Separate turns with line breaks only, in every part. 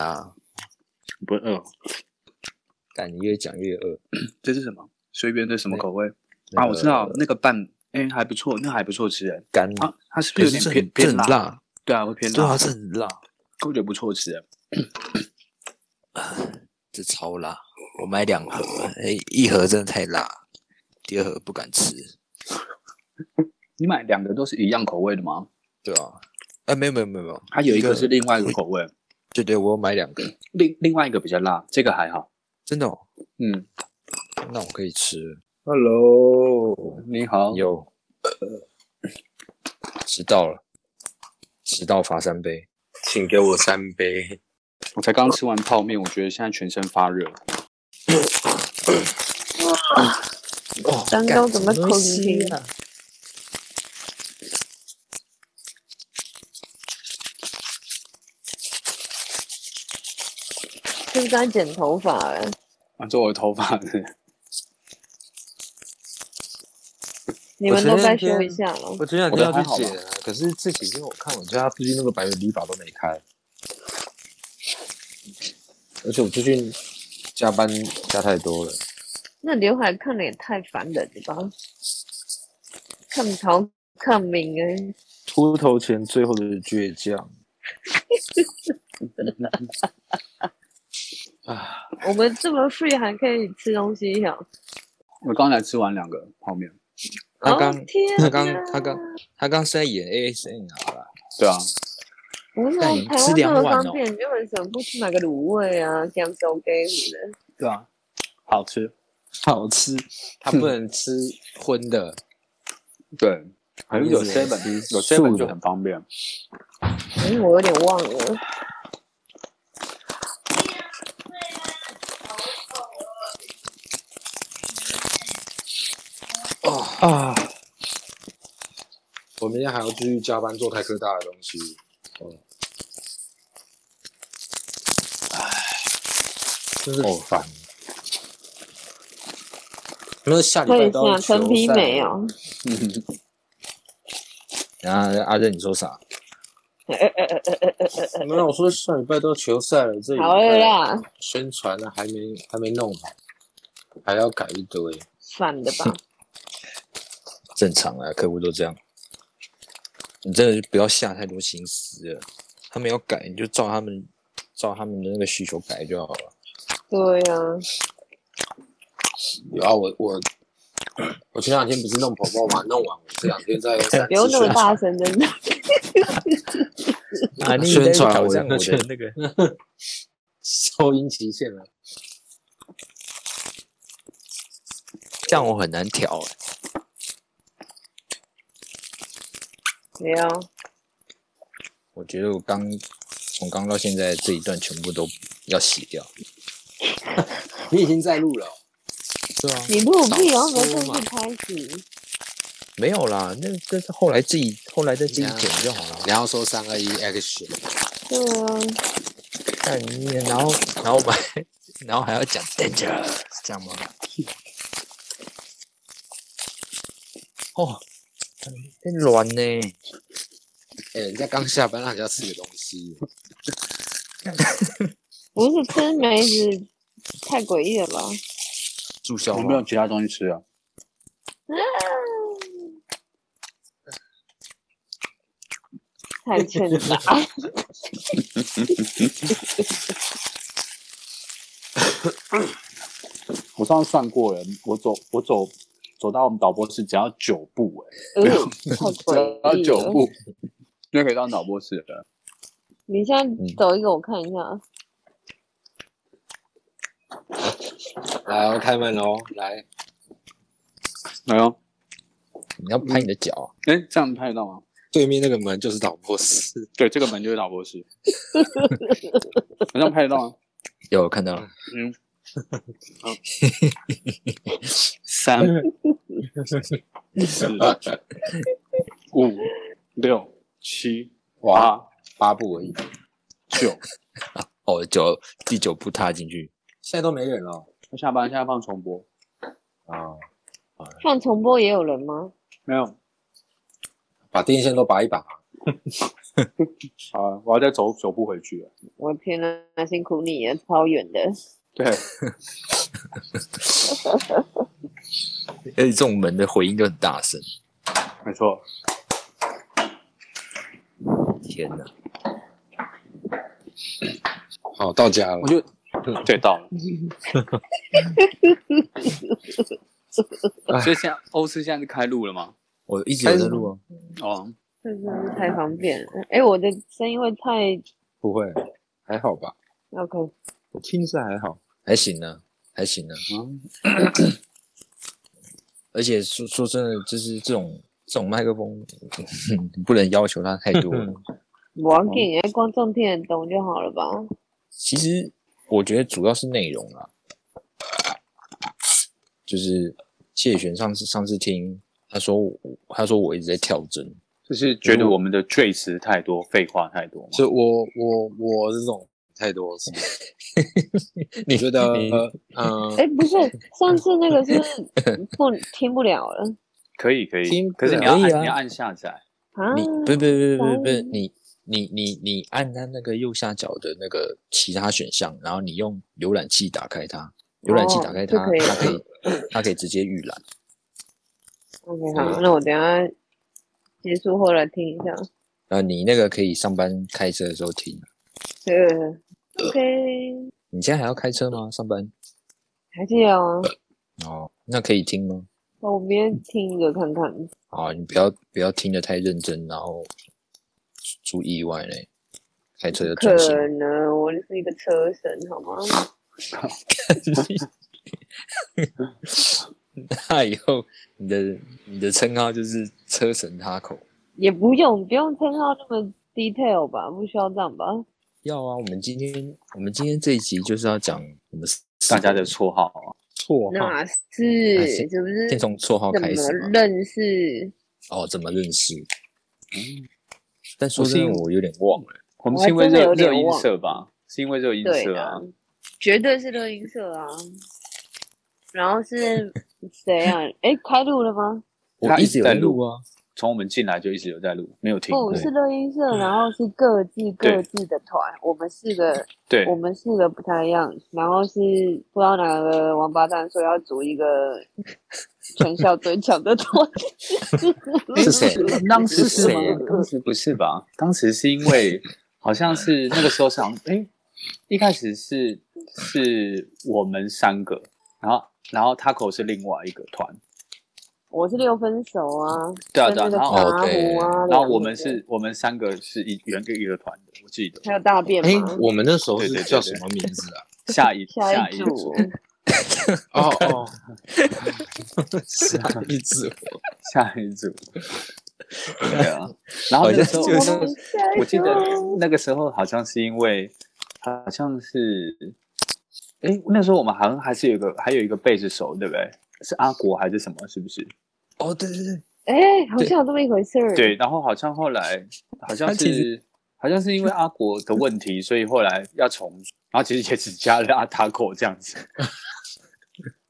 啊，
不会饿。
感越讲越饿。
这是什么？随便的什么口味
那
啊？
个
我知道那个拌，哎，还不错，那还不错吃哎。
干，
啊，它是不
可是
是
这
有
很
点
这
偏
很
偏辣？
辣，
对啊，会偏
对
辣
啊，，这很辣，
我觉得不错吃哎。
这超辣。我买两盒，哎，一盒真的太辣，第二盒不敢吃。
你买两个都是一样口味的吗？
对啊，啊，没有没有没有没有，
它有一
一
个
个
是另外一个口 味，
对对，我有买两个，
另另外一个比较辣，这个还好。
真的、哦，
嗯
那我可以吃。Hello，
你好，
有，迟到了，迟到罚三杯。
请给我三杯。
我才刚吃完泡面，我觉得现在全身发热。
哦，
山
干
东怎么口
会吃
音
啊？
是不是在剪头发啊？
啊，这我的头发是
你们都
前
再
两天
修一下了。
我前两
我
天要
的还
去
好
剪
吧
啊，可是这几天我看我家附近那个白人理发都没开，而且我最近加班加太多了，
那刘海看了也太烦人了吧？看不着看明哎，
秃头前最后的倔强。
我们这么 free 还可以吃东西呀、
我刚才吃完两个泡面。
他
哦
刚
天
他刚
哪
他刚他刚是在演 ASMR 啦，
对啊，
不是啊
那你
台
吃
湾
两
这么
碗
方
哦
便，你就为什么不去买个卤味啊、酱烧给什么的？
对啊，好吃。
好吃，他不能吃荤的，
对，还是有
你只能
seven
吃
有
素
seven
的
就很方便。
嗯，我有点忘了。
啊！我明天还要继续加班做台科大的东西。哦，真是好哦烦。那下礼
所
拜
以
都要
想
球
啊陈皮
赛
没有？
然啊后阿任，你说啥？
呃
没有，我说上礼拜都球赛了，这礼
好了
拜
啦，
宣传了还没还没弄好，还要改一堆。
算了 吧。
正常啊，客户都这样。你真的就不要下太多心思了，他们要改你就照他们照他们的那个需求改就好了。
对啊呀、
有啊，我我我前两天不是弄 promo 嘛，弄完我这两天 在用三
不用
次
那么
宣传
大声，真的。
啊，你
宣传
挑
我
战我
的
的那个
收音极限了。
这样我很难调、欸。
没有，
我觉得我刚从刚到现在这一段全部都要洗掉。
你已经在录了哦，
对啊，
你录屁，然后
少
才
说
正
嘛
式开始。
没有啦，那这是后来自己后来再自己剪就好了。
你要说三二一 action，
对啊，
看你，然后然后我们还然后还要 讲 danger，这样吗？哦，很乱呢、
哎、人家刚下班让人家吃个东西，
不是吃梅子太诡异了吧？
注销
我
吗
没有其他东西吃啊。
太欠打。
我上次算过了，我走我走走到我们导播室只要九步哎、
嗯，太
只
诡
要
异
九
了。
步就可以到导播室了。
你现在走一个，我看一下。啊
来哦，开门喽，来，
哎呦，
你要拍你的脚啊、
哎、这样拍得到吗？
对面那个门就是导播室，
对，这个门就是导播室。 这样拍得到吗？
有看到了，
嗯，好三、四、 五、六、七、
哇，
八、
八步而已，
九。
哦，九第九步踏进去，
现在都没人了哦
我下班现在放重播，
啊，
放重播也有人吗？
没有，
把电线都拔一拔，
好啊，我要再走九步回去了。
我天呐，辛苦你了，超远的。
对，
而且这种门的回音就很大声，
没错，
天哪！
好，到家了
我。就对到了。所以现在欧斯现在是开路了吗？
我一直有在录啊，
哦，
这真是太方便了。哎、我的声音会太
不会，还好吧？
OK，
我听是还好。
还行啊，还行啊。而且说说真的，就是这种这种麦克风， 不能要求它太 多了。
我要给人家观众听得懂就好了吧？
其实我觉得主要是内容啦，就是谢玄上次上次听他说我他说我一直在跳针，
就是觉得我们的赘词太多，废话太多嘛。
所以我我我这种太多是吗？ 你觉得
你
嗯、
哎、不是，上次那个是不是不听不了了
可以可以，
听
可是你
不
要
了
按
可以啊
你要按下载，
啊？
你不是不是不是不是
嗯
你你你你按他那个右下角的那个其他选项，然后你用浏览器打开它，浏览器打开
哦就
它，
可以
它可 以它可以直接预览。
OK，好，嗯那我等一下结束后来听一下。
啊，你那个可以上班开车的时候听。啊
对，OK，
你现在还要开车吗？上班？
还是要
哦，那可以听吗？
我边听一个看看。
啊，你不要不要听得太认真，然后出意外嘞。开车要
可
专心。
能我就是一个车神，好吗？
那以后你的你的称号就是车神哈口。
也不用不用称号那么 detail 吧，不需要这样吧？
要啊，我们今天我们今天这一集就是要讲我们四
大家的绰号啊。
绰号，
那
还
是
是
是不是？
先从绰号
怎
开
么
始嘛。
认识？
哦，怎么认识？但说
我是
真
因
的，
为
我有点忘了。
我们是
我还
因为
真的
热
有点
热音
忘
社吧？是因为热音
对
社啊
的？，绝对是乐音社啊。然后是谁啊？哎，开录了吗？
我
他
一
一
直
直
有
在
录
录
啊，
从我们进来就一直有在录，没有停。
不
对
哦是乐音社，然后是各自各
嗯对
自的团，我们四个
对
我们四个不太一样。然后是不知道哪个王八蛋说要组一 个全校最强的团，
是 谁
当时
是谁
吗当时不是吧？当时是因为好像是那个时候想，哎、一开始是是我们三个，然后然后 Taco 是另外一个团，
我是六分手啊，
对啊
跟
对啊，
那个
然后
哦
茶壶啊，
然后
两
我
个
们是我们三个是一原跟一个团的，我记得
还有大便
哎、
吗？
我们那时候
对对
是
对
叫什么名字 啊？
下一
下
一
一组
组，
哦哦，
下一组。
下一组，对啊，然后那个时
好
候
像就是哎
我们下一
我记得
组
那个时候好像是因为，好像是，哎、那时候我们好像还是有一个还有一个贝斯手，对不对？是阿国还是什么？是不是？
哦，对对对，
哎，好像有这么一回事儿。
对，然后好像后来好像
他其
是好像是因为阿国的问题，所以后来要重，然后其实也只加了阿塔口这样子，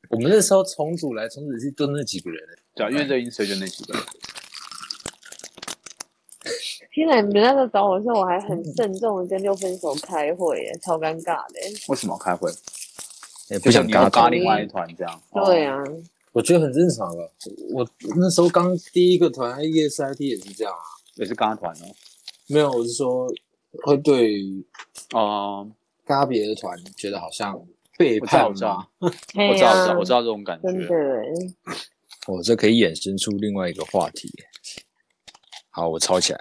我们那时候重组来重组去就那几个人、
对啊，因为热音社就那几个，
天哪！你们那时候找我的时候，我还
嗯
很慎重的跟六分手开会耶，超尴尬的耶。
为什么要开会？
哎，不想
就是你
跟他
要搭
搭
另外一团这样？哦
对，啊，
我觉得很正常了。我我那时候刚第一个团 E S I T 也是这样啊，
也是嘎团哦。
没有，我是说会对
哦、
嘎别的团觉得好像背
我知道
叛
我知
嘛
道，，
我
我知道，我知道，我知道这种感
啊真
觉。
的耶，
我哦这可以衍生出另外一个话题。好，我抄起来。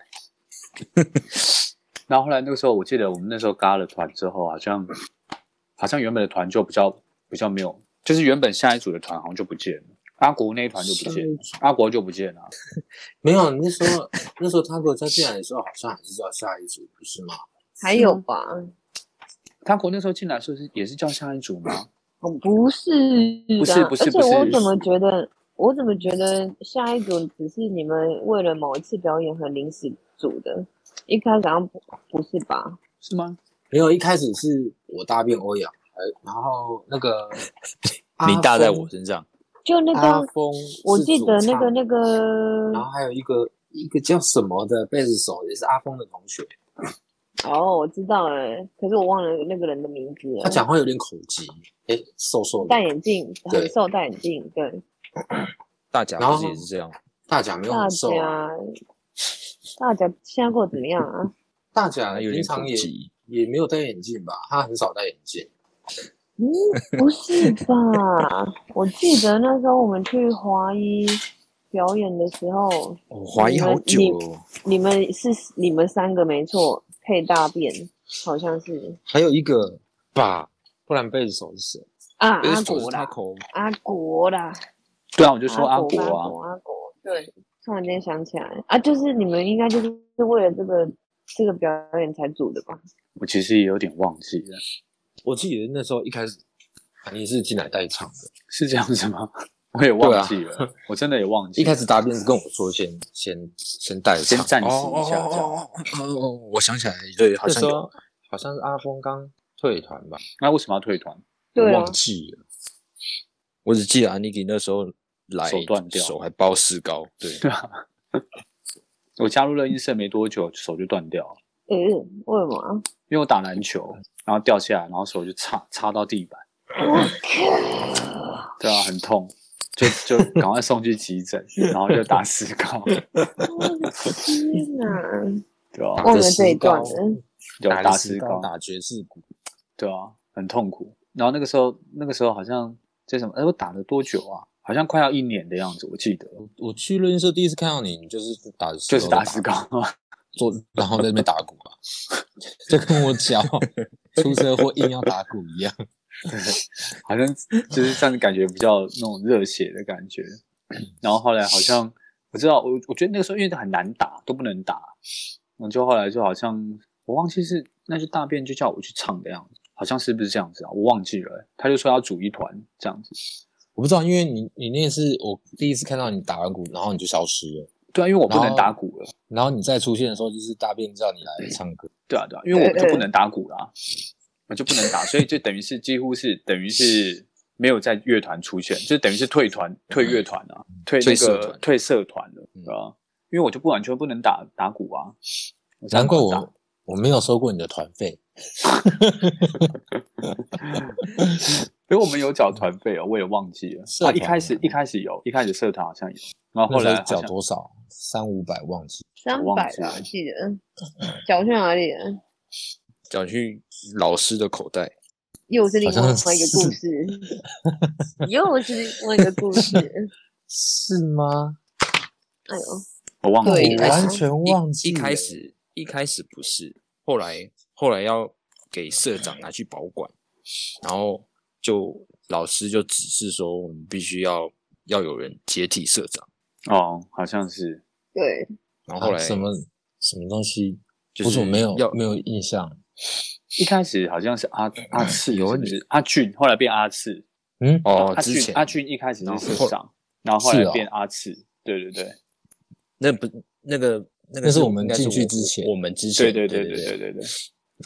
然后后来那个时候，我记得我们那时候嘎了团之后，好像好像原本的团就比较比较没有，就是原本下一组的团好像就不见了，阿国那一团就不见了，阿国就不见了啊。
没有，那时候那时候他给我在进来的时候，好像还是叫下一组，不是吗？
还有吧？
阿国那时候进来的时候是也是叫下一组吗？
哦，不是的，
不是不是
而且
不是
我怎么觉得，我怎么觉得下一组只是你们为了某一次表演很临时组的？一开始好像不不是吧？
是吗？
没有，一开始是我大便欧阳，呃，然后那 个啊
你搭在
阿峰
我身上，
啊
就那
阿
个，
峰，
我记得那个那
然
个
后还有一个一个叫什么的贝斯手，也是阿峰的同学，
哦，我知道了，可是我忘了那个人的名字了。
他讲话有点口疾，哎、瘦瘦的
戴。眼镜，
对
很瘦，戴眼镜，对，
大甲
然
不
后
是也是这样？
大甲没有
大
很瘦啊，
家，大家现在过得怎么样啊？
大甲
他有
平
点
常
口
也
疾，
也没有戴眼镜吧？他很少戴眼镜。
嗯， 不是吧？我记得那时候我们去华一表演的时候，
我怀疑好久哦。
你们是你们三个没错，配大便好像是
还有一个吧，不然贝斯手是谁？
啊，
贝
阿
斯手是
国
他
啦，
口
阿国啦，
对啊，我就说阿国
国阿
啊，
国阿国，对，突然间想起来啊，就是你们应该就是为了这个这个表演才组的吧？
我其实也有点忘记了，
我记得那时候一开始，啊你是进来代唱的。
是这样子吗？我也忘记了，我真的也忘记
一
了。
开始答辩是跟我说先先先代
先
唱，
暂
哦
时一
哦
下，这样。
哦哦哦哦哦！我想起来，对，好
那
像
时
有
候好像是阿峰刚退团吧，
那为什么要退团？
对
我
啊
忘，记了。
我只记得 Aniki 那时候来
手断掉
手还包石膏， 对，
我加入乐音社没多久，手就断掉了，
呃，为什么 啊？
因为我打篮球，然后掉下来，然后手就插插到地板，对啊，很痛，就就赶快送去急诊，然后就打石膏，
哦天哪，
对啊，
忘了这一段
石
了。
就
打
打石
石
膏
膏，打爵士鼓，
对啊，很痛苦。然后那个时候，那个时候好像这什么，哎，我打了多久啊？好像快要一年的样子，我记得，
我我去录音社第一次看到你，你就是打
就是打石
石
膏。
做，然后在那边打鼓啊，就跟我 讲出车祸硬要打鼓一样。
好像就是这样，感觉比较那种热血的感觉。然后后来好像我知道，我我觉得那个时候因为很难打，都不能打，我就后来就好像我忘记是那是大便就叫我去唱的样子，好像是不是这样子啊？我忘记了欸、他就说要组一团这样子。
我不知道，因为你你那次我第一次看到你打完鼓，然后你就消失了，
对啊，因为我不
然
能
后
打鼓了。
然后你再出现的时候就是大便叫你来唱歌，
对啊，对啊，因为我就不能打鼓啦，我就不能打，所以就等于是几乎是等于是没有在乐团出现，就等于是退团、退乐团啊，
嗯
退那
退社
个
团
退社团了，
嗯
对啊，因为我就不完全不能打打鼓啊，
难怪
这样
我我没有收过你的团费。
打，因为我们有缴团费哦，我也忘记了
社
啊，
团
一开始
啊
一开始有，一开始社团好像有，然后
那
后
时
来
候
好
缴
像
多少？三五百忘记。
三
我
百
忘记了
吧，我记得。脚去哪里了？
讲去老师的口袋。
又是另外
好像
一个故事，又是另外一个故事。
是吗？
哎呦，
我忘
对
记
我
了，
完全忘记
一
了
开始一开始不是，后来后来要给社长拿去保管，然后就老师就指示说，我们必须要要有人接替社长。
哦，好像是
对，
然后后来
啊什么什么东西？
就是
不是我没有
要
没有印象。
一开始好像是阿阿赤，
有
是不是阿俊，后来变阿赤，
嗯，
哦，
阿
之
俊
前
阿俊一开始是
然后
社
后
长，然后后来
是哦
变阿赤，对对对。
那不那个那
那
个
是我
应
们
该
进去
我
之前
我们之前
对对
对
对对对
对，
对对，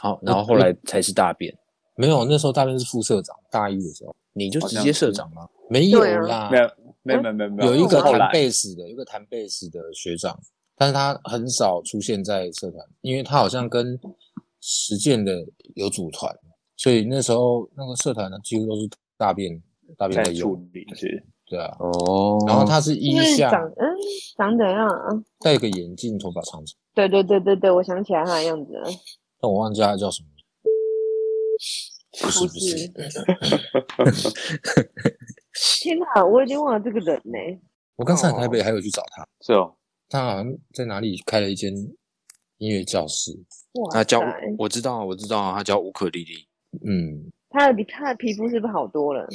好，然后后来才是大便，
没有，那时候大便是副社长，大一的时候
你就
好
直
像
接
是
社长吗？
没有
对啊
啦。
没有没有没有没有没
有一
是
个
后来
弹贝斯的，有一个弹贝斯的学长，但是他很少出现在社团，因为他好像跟实践的有组团，所以那时候那个社团呢几乎都是大便大便
在
在用，
处理是
对啊。
哦
然后他是
因
一
为
下
长嗯长怎样啊？
戴个眼镜，头发长长，
对对对对对，我想起来他的样子了，
但我忘记他叫什么名字。不是
不
不是，
是？天哪，我已经忘了这个人呢、
我刚才在台北还有去找他，
是哦，
他好像在哪里开了一间音乐教室。
哇
他
塞，
教我知道我知道啊，他教乌克丽丽，
嗯，
他的他的皮肤是不是好多了？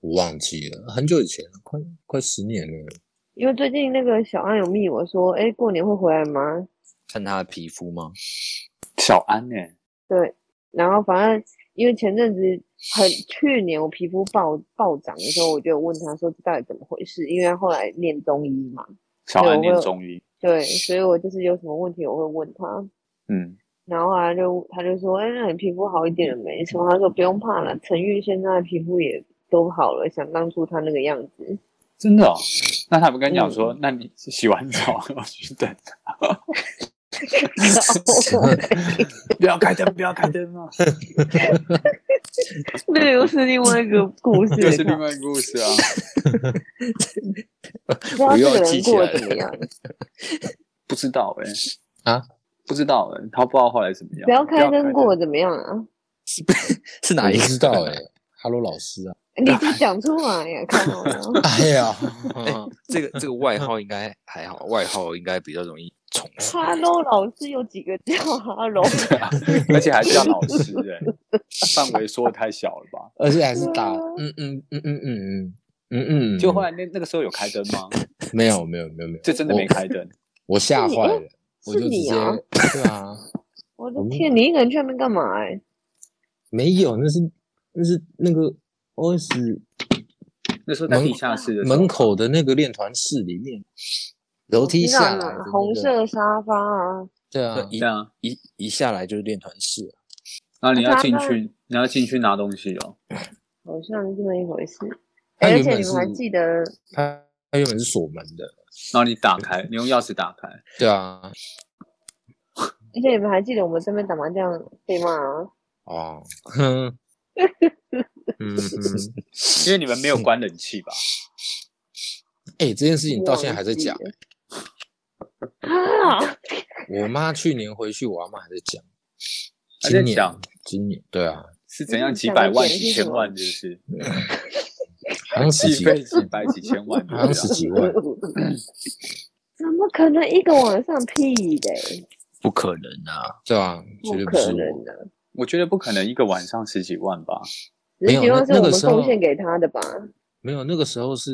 我忘记了，很久以前了，快快十年了。
因为最近那个小安有密我说，哎，过年会回来吗？
看他的皮肤吗？
小安呢、
对，然后反正因为前阵子很去年我皮肤暴暴涨的时候，我就有问他说这到底怎么回事？因为他后来念中医嘛，
小
对
安
我
念
有
中医，
对，所以我就是有什么问题我会问他。
嗯，
然后啊，就他就说，哎，那你皮肤好一点了没？什么？他说不用怕了，陈玉现在皮肤也都好了，想当初他那个样子。
真的哦。那他们跟你讲
嗯
说，那你洗完澡我 去等，不要开灯，不要开灯啊，
那又是另外一个故事。
这是另外一个故事啊。
不知道这个人过得怎么样，
不知道哎、
啊，
不知道哎、他不知道后来怎么样。
不要开灯过得怎么样啊？
是
我
哪一
不
个？
知道哎、哈喽，老师啊，
你就讲出来 呀，看好了。
哎呀，
这个这个外号应该还好，外号应该比较容易重复。
哈喽，老师有几个叫啊哈 喽？
而且还是要老师 哎、范围缩得太小了吧？
而且还是打
哇
嗯嗯嗯嗯嗯嗯嗯嗯，
就后来那那个时候有开灯吗？
没有没有没有没有，
就真的没开灯。
我吓坏了，我
是
就直
你
接
啊！
对啊，
我的天，你一个人去那边干嘛？哎，
没有，那是那是那个 OS
那时候在地下室的时候
门口的那个练团室里面，楼梯下来的那个
红色沙发啊，
对啊，
一
对啊，
一一下来就是练团式，
然后你要进
他
去，你要进去拿东西哦。
好像是这么一回事。
他
哎而
原
且
本
你
是
们还记得
他他原本是锁门的，
然后你打开，
嗯
你用钥匙打开，
对啊，
而且你们还记得我们这边打麻将被骂啊？
哦，哼，嗯哼，
因为你们没有关冷气吧？
哎、这件事情到现在还在讲，欸
啊！
我妈去年回去，我阿妈还在讲，
还
今
在
年
讲
今年对啊，
是怎样
嗯
几百
想
万、
得起
几千万，是
好像
不是？
十
计
几，
费几百、几千万，啊
好像十几万，
怎么可能一个晚上屁的？欸
不可能啊！
对啊，绝
不
对不
可
是我
能，的，
我觉得不可能一个晚上十几万吧？
只是
没有
希望是
那
我
那
们
个时候
贡献给他的吧？
没有那个时候是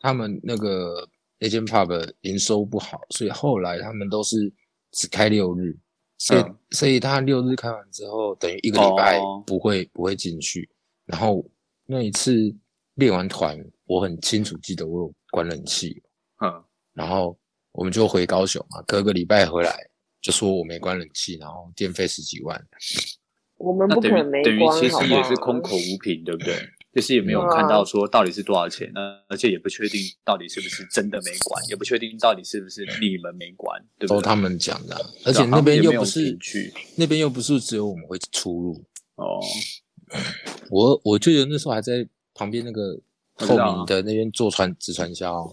他们那个 a g e n pub 营收不好，所以后来他们都是只开六日，所以、
嗯
所以他六日开完之后，等于一个礼拜
哦
不会、不会进去，然后那一次练完团，我很清楚记得我有关冷气，
嗯，
然后我们就回高雄嘛，隔个礼拜回来就说我没关冷气，然后电费十几万，
我们
那
不可
等于
能没
等于
关，
其
好
实
不
也
好
是空口无凭，对不对？就是也没有
对啊
看到说到底是多少钱呢，而且也不确定到底是不是真的没管，也不确定到底是不是你们没管，对不
都
对？
他们讲的啊、
对
而且
啊
那边
他们也
又不
没有
是
凭据
那边又不是只有我们会出入，
哦，
我我舅舅那时候还在旁边那个
我
透
知道啊
明的那边做传直传销，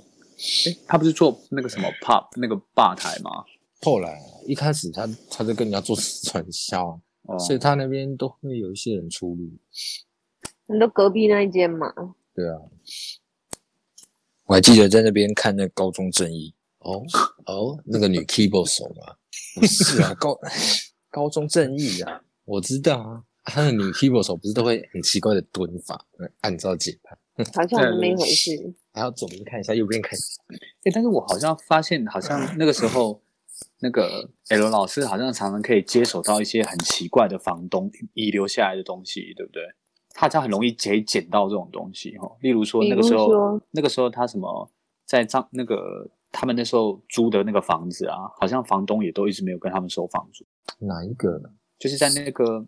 诶他不是做那个什么 pub 那个吧台吗？
后来啊一开始他他就跟人家做直传销 啊，
哦，
所以他那边都会有一些人出入，
你都隔壁那一间嘛？
对啊，
我还记得在那边看那《高中正 义
哦哦，那个女 keyboard 手嘛，》，
是啊， 高高中正义啊，
我知道啊，他的女 keyboard 手不是都会很奇怪的蹲法，按照节拍，
好像是那么一回事。
还要左边看一下，右边看一下，
哎、但是我好像发现，好像那个时候，那个 L 老师好像常常可以接手到一些很奇怪的房东遗留下来的东西，对不对？他他很容易可以捡到这种东西哈、哦，例如说
比
那
如
个时候，
说，
那个时候他什么在张那个他们那时候租的那个房子啊，好像房东也都一直没有跟他们收房租，
哪一个呢？
就是在那个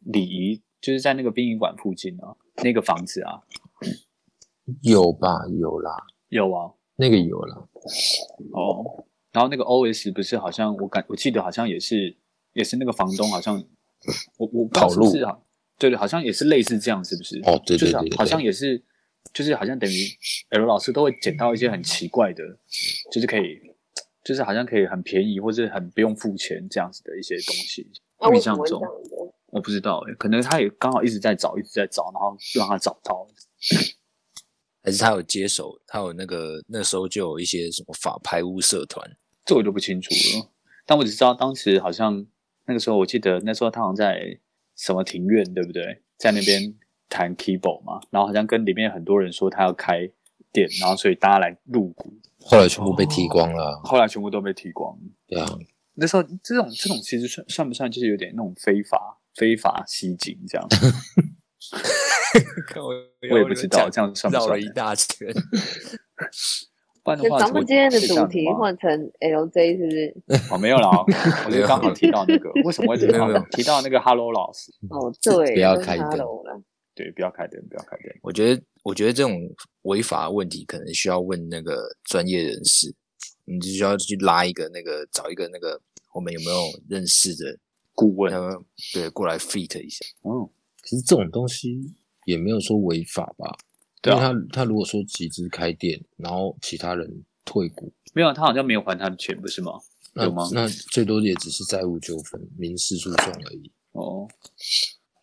礼仪，就是在那个殡仪馆附近啊，那个房子啊，
有吧，有啦，
有啊，
那个有啦，
哦，然后那个 OS 不是好像我感我记得好像也是也是那个房东好像我我不知道是不是啊，对对，好像也是类似这样，是不是？
哦对对
就是好
对对对
好像也是就是好像等于 L 老师都会捡到一些很奇怪的，就是可以就是好像可以很便宜或者很不用付钱这样子的一些东西，
那
印
为什
象
么会这
中
样子？
我不知道欸，可能他也刚好一直在找一直在找，然后让他找到，
还是他有接手，他有那个那时候就有一些什么法拍屋社团，
这我就不清楚了。但我只知道当时好像那个时候，我记得那时候他好像在什么庭院，对不对？在那边弹 keyboard 嘛，然后好像跟里面很多人说他要开店，然后所以大家来入股，
后来全部被踢光了
哦
啊，
后来全部都被踢光。
对啊，
那时候这种这种其实算算不算就是有点那种非法非法吸金这样？我也不知道这样算不
绕
算
了一？大圈。
不然的
那
话，
咱们今天的主题
换
换成 LJ 是不是？
哦没有 啦，我就刚好提到那个为什么会提
没有
到
没有
提到那个 Hello 老师，
哦，对，
不要
那是
开灯
Hello 了。
对，不要开灯，不要开灯。
我觉得，我觉得这种违法问题可能需要问那个专业人士，你就需要去拉一个那个找一个那个我们有没有认识的，
顾问
那，个对过来 fit 一下。
哦
嗯，
可是这种东西也没有说违法吧？
对啊
因为他他如果说集资开店，然后其他人退股，
没有，他好像没有还他的钱，不是吗？
那
有吗
那最多也只是债务纠纷、民事诉讼而已。
哦，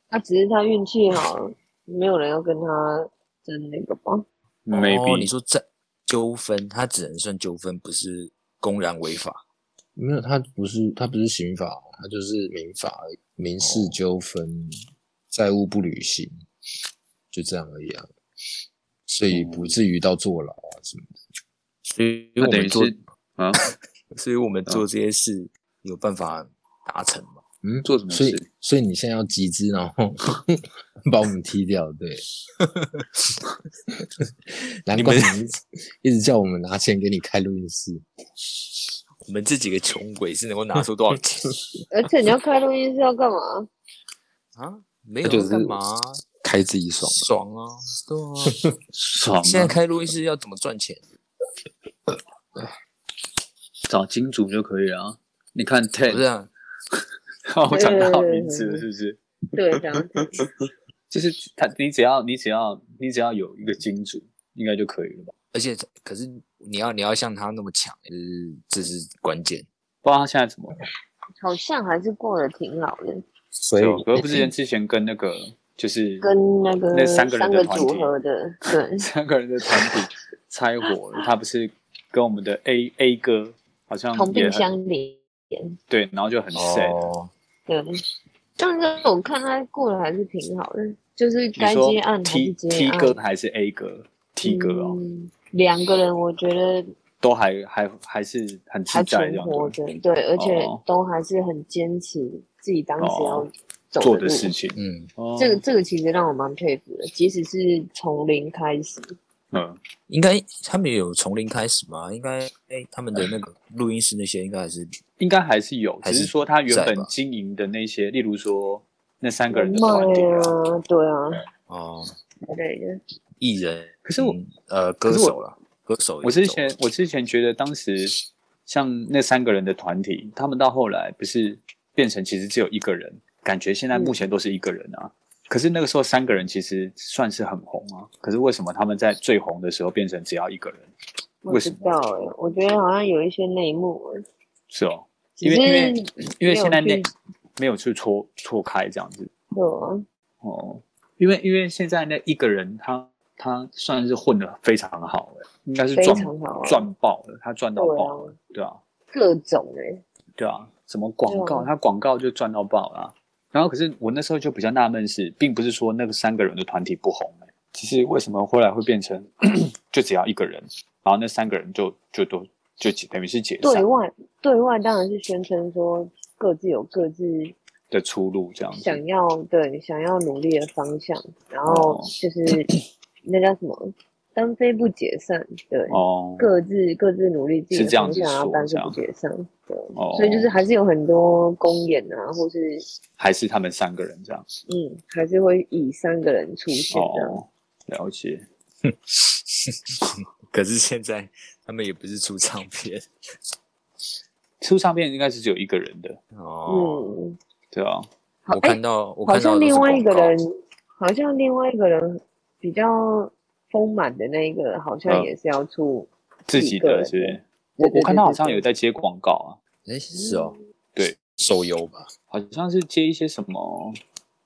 他只是他运气好，没有人要跟他争那个吧？
哦，你
maybe
说这纠纷，它只能算纠纷，不是公然违法。
没有，他不是他不是刑法，他就是民法而已，民事
哦
纠纷、债务不履行，就这样而已啊。所以
哦
不至于到坐牢啊什么的。
所以
那
我
等
们
于
做，
是嗯啊，
所以我们做这些事有办法达成吗？
嗯，
做什么
所以
事？
所以你现在要集资，然后 把我们踢掉， 对。难怪你一直叫我们拿钱给你开录音室，
我们这几个穷鬼是能够拿出多少 钱
而且你要开录音是要干嘛？
啊？没
那
有
就
要
是
干嘛？啊
开自己爽。
爽啊，对啊！
爽
现在
啊！
开录音室要怎么赚钱？
找金主就可以了啊。你看
不是
Ted，
啊，
我讲到名字了，是不是？
对，这样子。
就是他，你只要你只要你只要有一个金主，应该就可以了吧？
而且可是你要你要像他那么强，就是这是关键。
不知道他现在怎么，
好像还是过得挺好的，
所以
就何不之前之前跟那个就是
跟那个
那三个人的团体
组合的，对
三个人的团体拆伙，他不是跟我们的 A A 哥好像
同
也
病
很
相怜。
对，然后就很 sad，、
哦，
对，但是我看他过得还是挺好的，就是
你
该
说
接案还是
T
接
T
案。
哥还是 A 哥？T 哥哦，
嗯两个人我觉得
都还还还是很自
还
在这
存
样
活
子
着，对，而且
哦
都还是很坚持自己当时要
哦
走
做
的
的
路。
事情。
嗯，
哦
这个这个其实让我蛮佩服的，即使是从零开始，
嗯，
应该他们有从零开始吗？应该哎，他们的那个录音室那些应该还是
应该还是有，
还
只
是
是说他原
在
本
吧
经营的那些，例如说那三个人的
卖
团体啊，
啊，对啊
哦，
之类的。
艺人。
可是我
嗯呃
可
歌
是我
手啦，歌手也
我之
走了
前我之前觉得当时像那三个人的团体，他们到后来不是变成其实只有一个人，感觉
嗯
现在目前都是一个人啊。可是那个时候三个人其实算是很红啊，可是为什么他们在最红的时候变成只要一个人？
我
为
知
什
道
么？
哎、我觉得好像有一些内幕，
是哦，
只
因为
是
因为因为
没有
现在
去
那没有去错错开这样子
做啊，
哦，因为因为现在那一个人他他算是混的非常好了，应该是
非
赚
常好啊
赚爆了，他赚到
对
爆了
啊，，
对啊。
各种哎、
对啊，什么广告，
对啊
他广告就赚到爆啦、然后可是我那时候就比较纳闷是，并不是说那个三个人的团体不红、欸，其实为什么后来会变成 就只要一个人，然后那三个人就就都就解等于是解
对
散
外对外当然是宣称说各自有各自
的出路这样子。
想要对想要努力的方向，然后
哦
就是 那叫什么单飞不解散，对，
哦，
各自各自努力自己
是
的
这样
方
子
向，然后
说
单
这
飞
样
不解散，对，
哦
所以就是还是有很多公演啊，或是
还是他们三个人这样。
嗯，还是会以三个人出现这样。
哦，了解。
可是现在他们也不是出唱片
出唱片应该是只有一个人的，
哦。
嗯，
对啊，
好，
我
哎、
看到我
好
看到
像
的都是
另外一个
广告
人，好像另外一个人比较丰满的那一个，好像
嗯
也是要出
自己
个人
的
的
是不是。
对
我
对
我看
对
他
对
好像
对
有在接广告啊，
哎是哦，
对，
手游吧，
好像是接一些什么，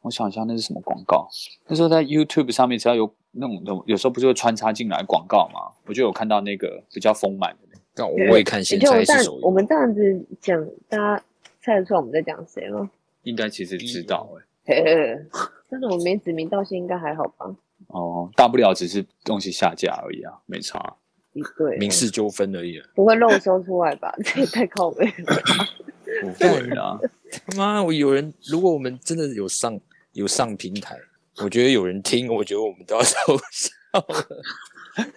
我想一下那是什么广告。那时候在 YouTube 上面，只要有那种有有时候不是会穿插进来广告嘛，我就有看到那个比较丰满的，
但我未看
你
现
觉得我
在
这
是
样
手
我
游，
们这样子讲，大家猜得出来我们在讲谁吗？
应该其实知道哎、
嘿嘿 嘿真的，我没指名道姓，应该还好吧？
哦，大不了只是东西下架而已啊，没差。
一对哦
民事纠纷而已啊。
不会漏收出来吧？ 这也太靠背 了。
不会啦，
他妈，我有人，如果我们真的有上有上平台，我觉得有人听，我觉得我们都要收笑了。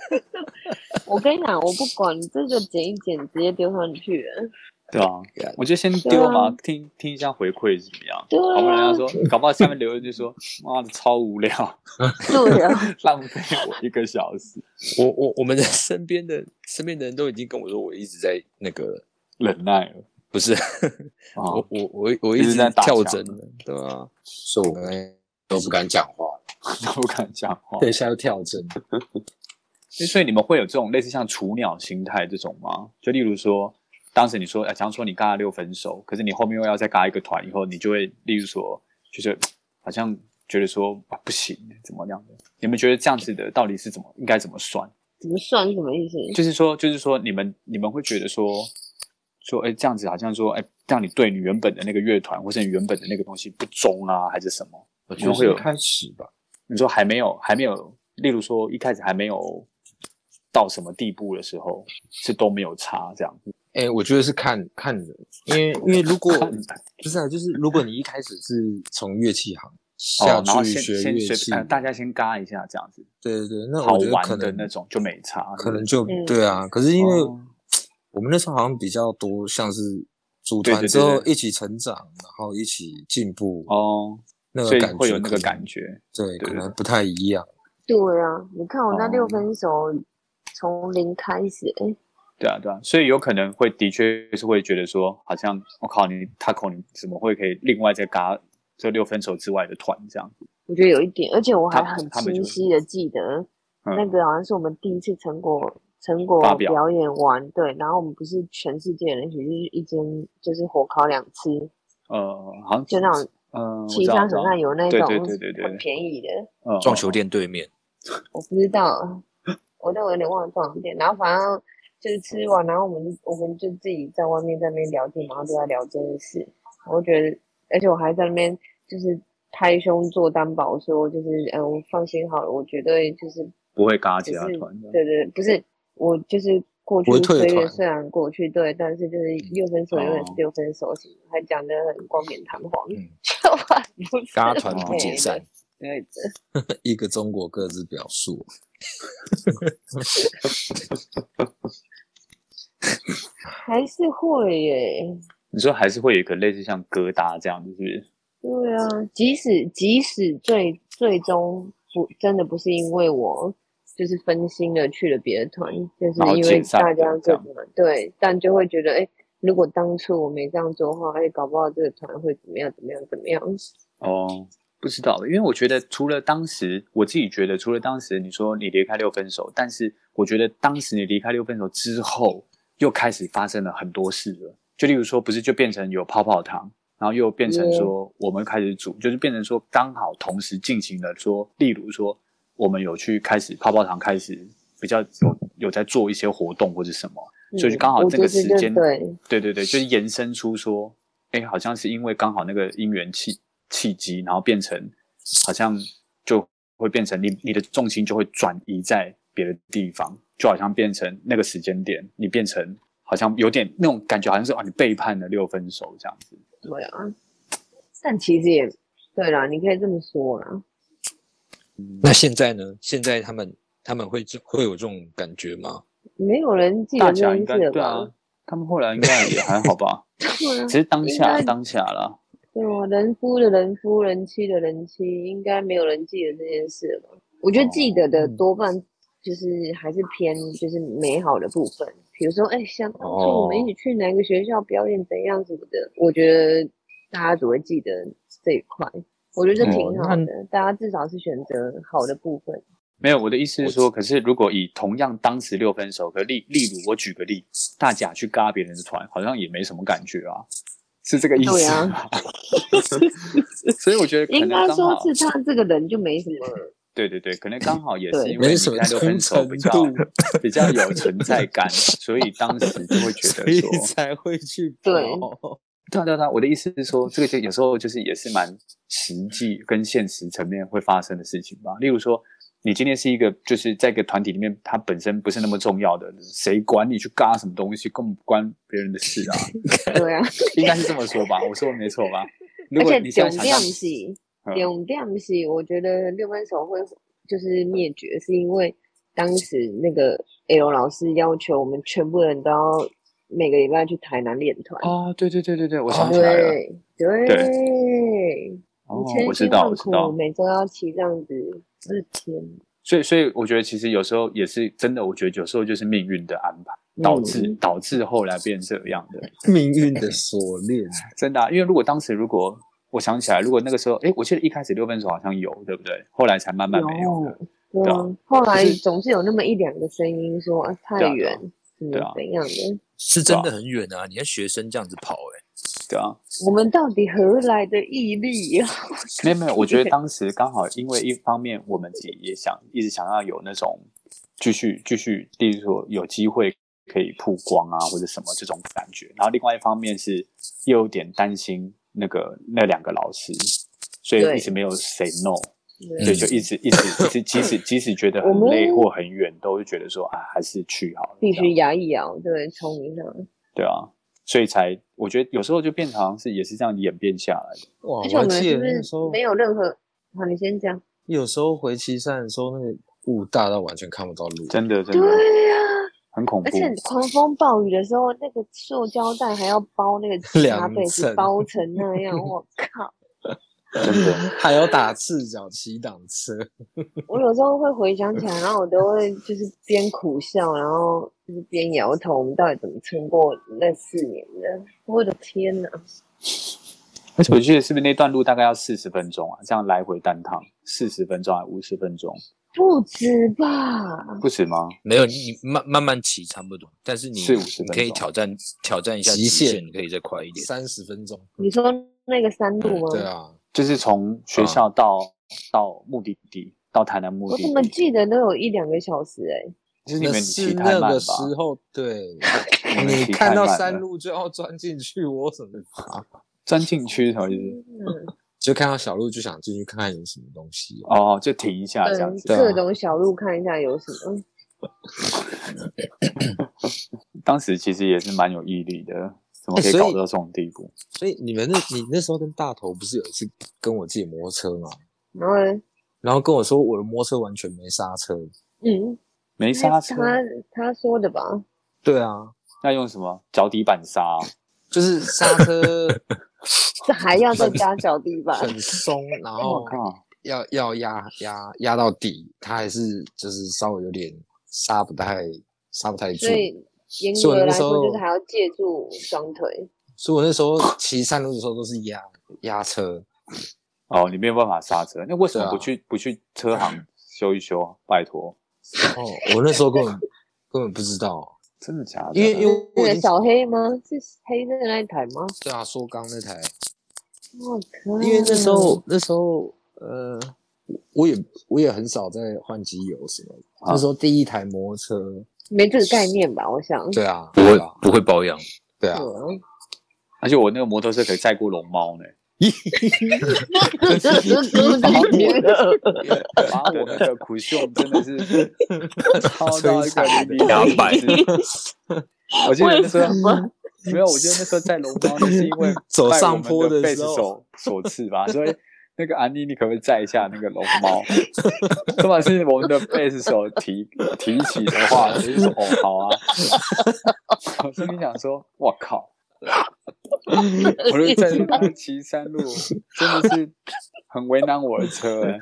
我跟你讲，我不管这个剪一剪，直接丢上去了。
对啊，
Yeah
我觉得先丢嘛，听听一下回馈是怎么样。
对
搞不好人
啊
家，说，搞不好下面留言就说：“妈的，超无聊，
对啊，
浪费我一个小时。
我我我们的身边的身边的人都已经跟我说，我一直在那个了”
忍耐了
不是，
啊
我，我我我
一直
直
在打哦
跳
墙
针的，对啊吧、
所以我们都不敢讲话，
都不敢讲话。
等一下又跳针。
所以你们会有这种类似像雏鸟心态这种吗？就例如说，当时你说，哎、假如说你跟他六分手，可是你后面又要再嘎一个团，以后你就会，例如说，就是好像觉得说、啊、不行，怎么样的？你们觉得这样子的到底是怎么应该怎么算？
怎么算是什么意思？
就是说，就是说，你们你们会觉得说，说，哎、这样子好像说，哎、让你对你原本的那个乐团或者你原本的那个东西不忠啊，还是什么？
我
觉得是
开始吧，
你说还没有还没有，例如说一开始还没有到什么地步的时候，是都没有差这样。
哎、我觉得是看看人，因为因为如果
看
不是啊，就是如果你一开始是从乐器行
哦
下，
然后
去
先
学
先
乐器，
随呃大家先嘎一下这样子，
对对对，那
好
我觉得可
玩的
能
那种就没差。
可能就、
嗯
对啊。可是因为
哦
我们那时候好像比较多，像是组
对对
团
对
之后
对
一起成长，然后一起进步，
哦，
那
所
个
以
感觉
会有那个感
觉，
觉。
对，
对
可能不太一样。
对啊，你看我那
哦
六分手从零开始，哎、
对啊，对啊，所以有可能会的确是会觉得说，好像我、靠你 Taco 你怎么会可以另外再嘎这六分手之外的团这样？
我觉得有一点，而且我还
他
很
他们就
清晰的记得，
嗯、
那个好像是我们第一次成果成果
发表
表演完，对，然后我们不是全世界人一起去一间，就是火烤两次，
呃，好像
就那种
嗯，我
七
知道
上
我知
手
道
上有那
对
种
对对对对
很便宜的，
嗯
撞球店对面，
我不知道，我都有点忘了多少点。然后反正就是吃完，然后我们就我们就自己在外面在那边聊天，然后就在聊这件事。我觉得，而且我还在那边就是拍胸做担保说，就是嗯，我放心好了，我绝对就是
不会嘎其
只
他
是
团的。
对对，不是我就是过去
不会退
岁月
团
虽然过去，对，但是就是六分手永远是
哦
六分手，什么还讲得很冠冕堂皇，
嗯
就还不是
嘎团
哦
不解散，
对的。
一个中国各自表述，
还是会耶。
你说还是会有一个类似像疙瘩这样子，是不是？
对啊，即使即使最最终不真的不是因为我就是分心了去了别的团，就是
然后
因
解
为
散
大
了
家
这
各
样
自嘛对，但就会觉得哎、如果当初我没这样做的话，哎、搞不好这个团会怎么样怎么样怎么样。
哦，不知道，因为我觉得除了当时，我自己觉得除了当时你说你离开六分手，但是我觉得当时你离开六分手之后，又开始发生了很多事了。就例如说，不是就变成有泡泡糖，然后又变成说我们开始组，就是变成说刚好同时进行了说，例如说我们有去开始泡泡糖开始比较有有在做一些活动或者什么，所以就刚好
嗯我
这个
觉得
时
这
间
对，
对对对，就是延伸出说，哎，好像是因为刚好那个因缘契契机，然后变成好像就会变成你你的重心就会转移在别的地方，就好像变成那个时间点，你变成好像有点那种感觉，好像是啊你背叛了六分手这样子。
对啊，但其实也对啦，你可以这么说啦。
嗯
那现在呢？现在他们他们会这会有这种感觉吗？
没有人记
大
得
家
这
应
件
该
事了
对
吧
啊？，他们后来应该也还好吧，
对啊
只是当
应
下
该
当下啦。
对啊，人夫的人夫，人妻的人妻，应该没有人记得这件事了吧？我觉得记得的多半就是还是偏就是美好的部分，比如说，哎，想当初我们一起去哪个学校表演怎样什么的，我觉得大家只会记得这一块，我觉得这挺好的，大家至少是选择好的部分。
没有，我的意思是说，可是如果以同样当时六分手，可例例如我举个例，大甲去嘎别人的团，好像也没什么感觉啊，是这个意思
对啊
吗？ 所以我觉得可
应
能
该
刚
说
好，
是他这个人就没 什么，
对对对，可能刚好也是
对
因为
没
你
什么
在六分手比较
忠诚
比较有存在感，所以当时就会 觉得说，
才会去
对
跑
对啊对啊对啊，我的意思是说，这个就有时候就是也是蛮实际跟现实层面会发生的事情吧。例如说，你今天是一个就是在一个团体里面，它本身不是那么重要的，谁管你去嘎什么东西，根本不关别人的事啊。
对啊，
应该是这么说吧，我说的没错吧？如
而
果
且
你现
重
在想
量
象，
是。
嗯
重点是，我觉得六分手会就是灭绝，是因为当时那个 L 老师要求我们全部人都要每个礼拜去台南练团。
哦，对对对对对，我想起来了，
哦对对对，
哦
你千，辛
我知道，
万
我知
苦
道。
每周要骑这样子，日天
所以，所以我觉得其实有时候也是真的，我觉得有时候就是命运的安排，导致、
嗯
导致后来变这样的，
命运的锁链，
真的啊、因为如果当时如果我想起来，如果那个时候，哎，我记得一开始六分手好像有，对不对？后来才慢慢没有的。
有对
对
啊
啊。
后来
就是
总是有那么一两个声音说啊
对
太
啊对
远
啊，
嗯
对啊
怎样的？
是真的很远啊！你看学生这样子跑、欸，
对啊，
我们到底何来的毅力 呀？
没有没有，我觉得当时刚好因为一方面我们自己也想一直想要有那种继续继续，例如说有机会可以曝光啊或者什么这种感觉，然后另外一方面是又有点担心那个那两个老师，所以一直没有 say no，所
嗯
以就一直一直一直即使即使觉得很累
我们
或很远，都会觉得说啊还是去好了，
必
这样
须摇一摇，对，冲一下。
对啊，所以才我觉得有时候就变成好像是也是这样演变下来的，
哇！
而且哦
我
我
还
们
记
是
得
不
那
是
时候
没有任何？好，你先讲。
有时候回岐山的时候，那个雾大到完全看不到路。
真的真
对
的
呀、
很恐怖
而，且狂风暴雨的时候，那个塑胶袋还要包那个茶
两
被子
层
包成那 样，我靠！
真的。
嗯
还有打赤脚骑挡车，
我有时候会回想起来，然后我都会就是边苦笑，然后就是边摇头，我们到底怎么撑过那四年的？我的天哪！
而且我记得是不是那段路大概要四十分钟啊？这样来回单趟四十分钟还啊五十分钟，
不止吧？
不止吗？
没有你慢慢慢骑差不多，但
嗯
是你
四五十分
你
钟
可以挑战挑战一下
极
极
限
限，你可以再快一点。
三十分钟。
你说那个山路吗？
对啊，
就是从学校到、
嗯
到目的地，到台南目
我
的
怎么
地，
记得都有一两个小时哎、
就是你
那
们
是
骑太
那
慢
个
吧？
时候， 对
你们
你
骑
看
太
到
慢
山
了
路就要钻进去，我怎么爬？
钻进去是什么意
嗯
思？
天哪！
就看到小路就想进去看看有什么东西。啊
哦，就停一下这样
嗯，
子。
对啊
各种小路看一下有什么。
当时其实也是蛮有毅力的，怎么
哎
可以
所以
搞到这种地步？
所以你们那，你那时候跟大头不是有一次跟我借摩托车嘛？
然后呢，
然后跟我说我的摩托车完全没刹车。
嗯，
没刹车，
他他说的吧？
对啊，
要用什么脚底板刹哦、
就是刹车
这还要 再加小弟 吧？
很松，然
我、
后
靠，
要要压压压到底，它还是就是稍微有点刹不太刹不太住
所。以严
所以
格
我
来
那时
说，
候
就是还要借助双腿。
所以我那时候 骑山路的时候都是压压车，
哦，你没有办法刹车，那为什么
对啊
不去、不去车行修一修？拜托，
然后我那时候根本根本不 知道，
真的假的？
因为因为
那
我已
个
经
小黑吗？是黑色的那一台吗？
对啊，说刚那台，
我靠！
因为那时
嗯
候那时候呃，我也我也很少在换机油什么的，
啊
那时候第一台摩托车，
没这个概念吧？我想。
对啊，
不会
对啊
不会保养，
对啊，
嗯
而且我那个摩托车可以载过龙猫呢， 把我那个苦胸真的 是超到一个零零
摧残
之我记得那时候
啊
么？
没有，我记得那时候载龙猫，那是因为
走
拜我
上
们
坡
的
的
贝
时
斯
候
手 所赐吧，所以。那个安妮，你可不可以载一下那个龙猫？这把是我们的贝斯手提提起的话，我就说哦好啊。 我心里想说，我靠，我就在那边骑山路，真的是很为难我的车哎、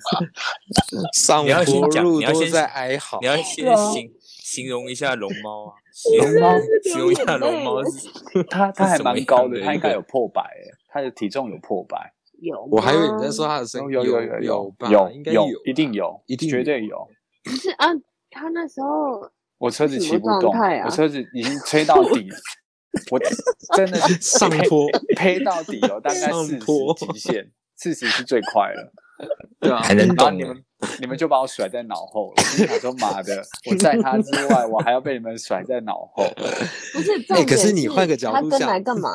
上
嗯
你要先
坡
讲
路
你要
都
先
在哀嚎
你，要先
啊
形、形容一下龙猫啊，
龙猫
形容一下龙猫是
他他还蛮高的，
是什么样的一个
他应该有破百耶，他的体重有破百，哦
有吗？
我还以为你在说他的声音，
有有
有
有
吧，
有
应该
有一定
有
有，
一定有
绝对有。
不是啊，他那时候
我车子骑不
什么
动
状态，啊
我车子已经 吹到底，我真的是
上坡，
呸到底了，大概
上
四十
坡
极限，四十是最快了。对啊，
还能
然后
动
你
欸
们你们就把我甩在脑后，我心想说妈的，我在他之外，我还要被你们甩在脑 后。
不是重
哎
点
可是你换个角
他
度
跟
想
来干嘛？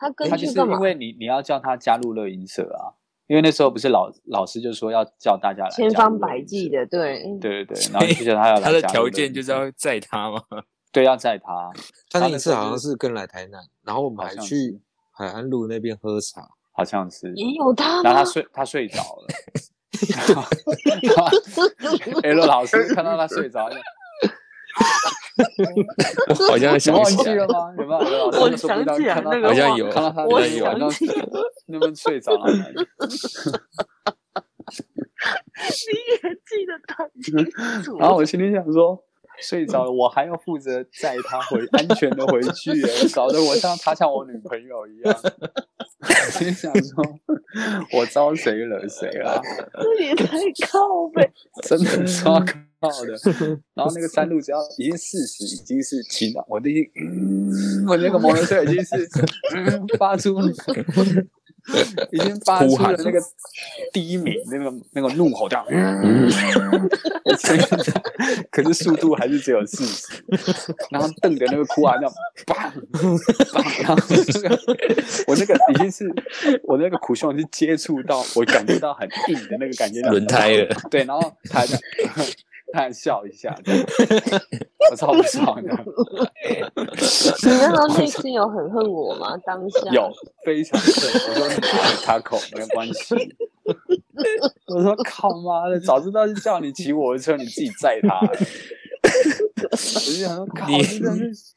他跟
他就
去
是
干嘛
因？为你你要叫他加入乐音社啊，因为那时候不是老老师就说要叫大家来
千
加入
方
乐
百
音
计
社，
的，对，
对 对对，然后就叫他要来
他的
加入
条
乐
件
音
就是
社
要载他嘛，
对要载他，
他那
然后
一
那
次
时候
好像
就是
是跟来台南，然后我们
好
还
像
去
是
海岸路那边喝茶，
好像是，
也有他
然后他？
吗
睡他睡着 了，哎然后 L 老师看到他睡着，就
好像
你
想
忘
起
记
来
了
了，
吗？有没有？有没有
我
那时候不
想
是
起来
看到
那
个好像有
看到他
我
晚
想
上
起来
那边睡着了，
你也记得他清楚。
然后我心里想说，睡着了，我还要负责载他回安全的回去耶，搞得我像他像我女朋友一样。 我心里想说，我招谁惹谁啊了？
这也 太靠背，
真的超靠的。然后那个山路只要已经四十，已经是晴朗，我已经，嗯，我那个摩托车已经是、嗯、发出，已经发出了那个低鸣，那个那个怒吼这样，嗯， 可是速度还是只有四十，然后瞪着那个哭啊，这样，砰砰，然后那个我那个已经是我那个苦胸是接触到我感觉到很硬的那个感觉，这样
轮胎了，
对，然后他还这样 他还笑一下，这样我超不爽的，
你那时候内心有很恨我吗？当下
有非常对，我说 你打他口没有关系。 我说靠妈的，早知道是叫你 骑我的车，你自己载他了。我就想说，靠，
你
真的是，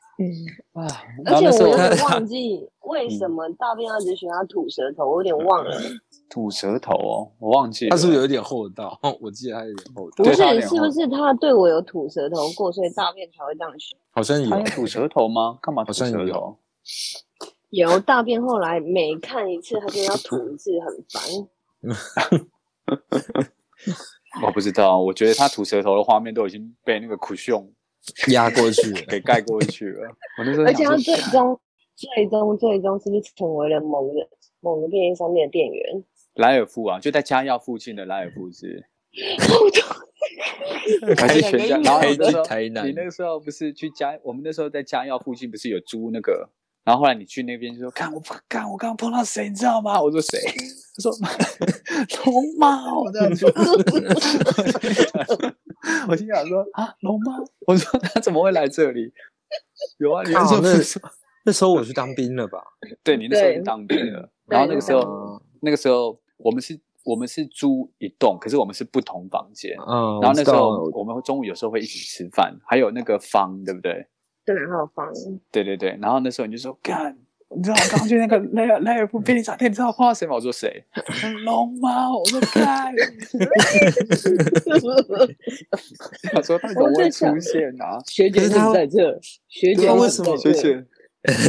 啊！然
嗯而
后
且
那时
我
候
有
他
点 忘记为
嗯
什么大便要只选要吐舌头，我有点忘了。
吐舌头哦，我忘记了
他是不是有一点厚道？ 我记得他有点厚道，
不
对
是
他有，点
是
后
不是他对我有吐舌头过，所以大便才会这样选？
好像有
他有吐舌头吗？干嘛吐
好像
舌
有
头？
有大便后来每看一次，他就要吐一次，很烦。
我不知道，我觉得他吐舌头的画面都已经被那个苦胸
压过 去了。
给盖过去 了。我那时候
而且
想
他最
说，
终最终最终是不是成为了某个某个便利商店的店员？
莱尔富啊，就在家药附近的莱尔富是，还
开
是全家。然后
开
你那时
去
候，
台南
你，那个时候不是去家，我们那时候在家药附近不是有租那个？然后后来你去那边就说，看我看我刚刚碰到谁，你知道吗？我说谁？他说 龙猫，我这样子。 我心想说啊，龙猫，我说他怎么会来这里？有啊，你那时
靠
候不
那
是说
那时候我去当兵了吧？
对你那时候
对
是当兵的，然后那个时候
嗯
那个时候我们是我们是租一栋，可是我们是不同房间。
嗯，
然后那时候
我知道
我们中午有时候会一起吃饭，还有那个方，对不对？
对，然后放
对对对。然后那时候你就说干。你知道我刚去那个那个那个不便利商店，你知道我碰到谁吗？我说谁？龙猫。我说干。 他说他怎么会出现啊？
学姐
可是
怎
他
么在这？学姐
对啊
怎么
为什么
学
在这
姐，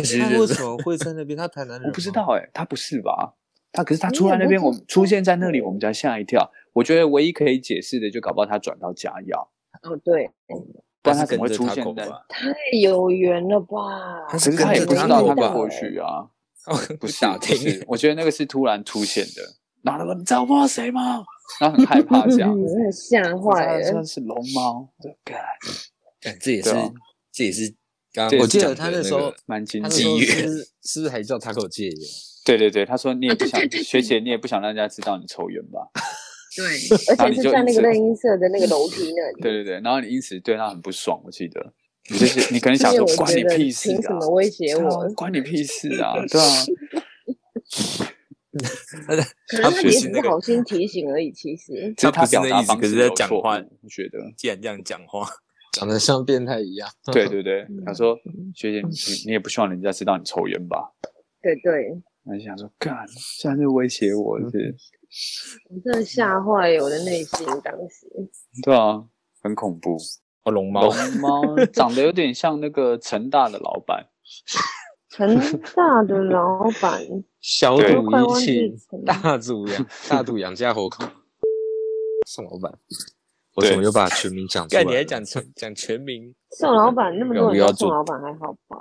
其
他
实
为
就是
什么会在那边？他台南人，
我不知。道哎、他不是吧？他可是他
你
出
也
来那
不
边，
知
我们出
道
现在那里，我们才吓一跳。我觉得唯一可以解释的，就搞不好他转到家药，
哦，对，
不
但
然
是
他怎
跟
么会
着
出
他
现
狗
在？
吧，
太有缘了吧？
他
可是他也
跟
不
着他
知道
狗
他
吧
会过去啊。不是
打
不是
听，，
我觉得那个是突然出现的。然后他说：“你知道我碰到谁吗？”然后很害怕这 样。
嗯，吓坏啊
真
了
的。是龙猫，这个干
干这也是
对啊
这也是刚刚
这也
我
是
记得
讲
他
的
那时候，
个
蛮
他
惊
那
喜
时。候
妓
是
院
不是是不是还叫他口戒 烟？
对对对，他说你也不想
啊对对对对
学姐，你也不想让人家知道你抽烟吧？
对，而
然后
且
你
是
就
在
一
那
直
个乐音社的那个楼梯那里。
对对对，然后你因此对他很不爽，我记得。你就是你可能想
因为
说
我
关
觉
你
得
屁事
凭什
啊！
么威胁
对啊
我？
关你屁事啊！对啊，
可能他
学
也
习
只
那
是
个
好心提醒而已，其实。
只
他
是
不是那
表达
意思，
方
可
式
是在
有错
讲话
误，，我觉得。
既然这样讲话，
长得像变态一样。
对对对，他说
嗯
学姐，你你也不希望人家知道你抽烟吧？
对对，
我就想说，干，现在是威胁我是？
我真的吓坏了我的内心，当时。
对啊，很恐怖。
哦，龙猫
龙 猫长得有点像那个成大的老板，
成大的老板，
小
对
赌
快忘
怡
记
情，
成
大赌 养大赌养家活口。宋老板，我
对
怎么又把全名讲出来
干
了？
你还讲全 讲全名？
宋老板那么多
不
人
要
叫
做
宋老板还好吧？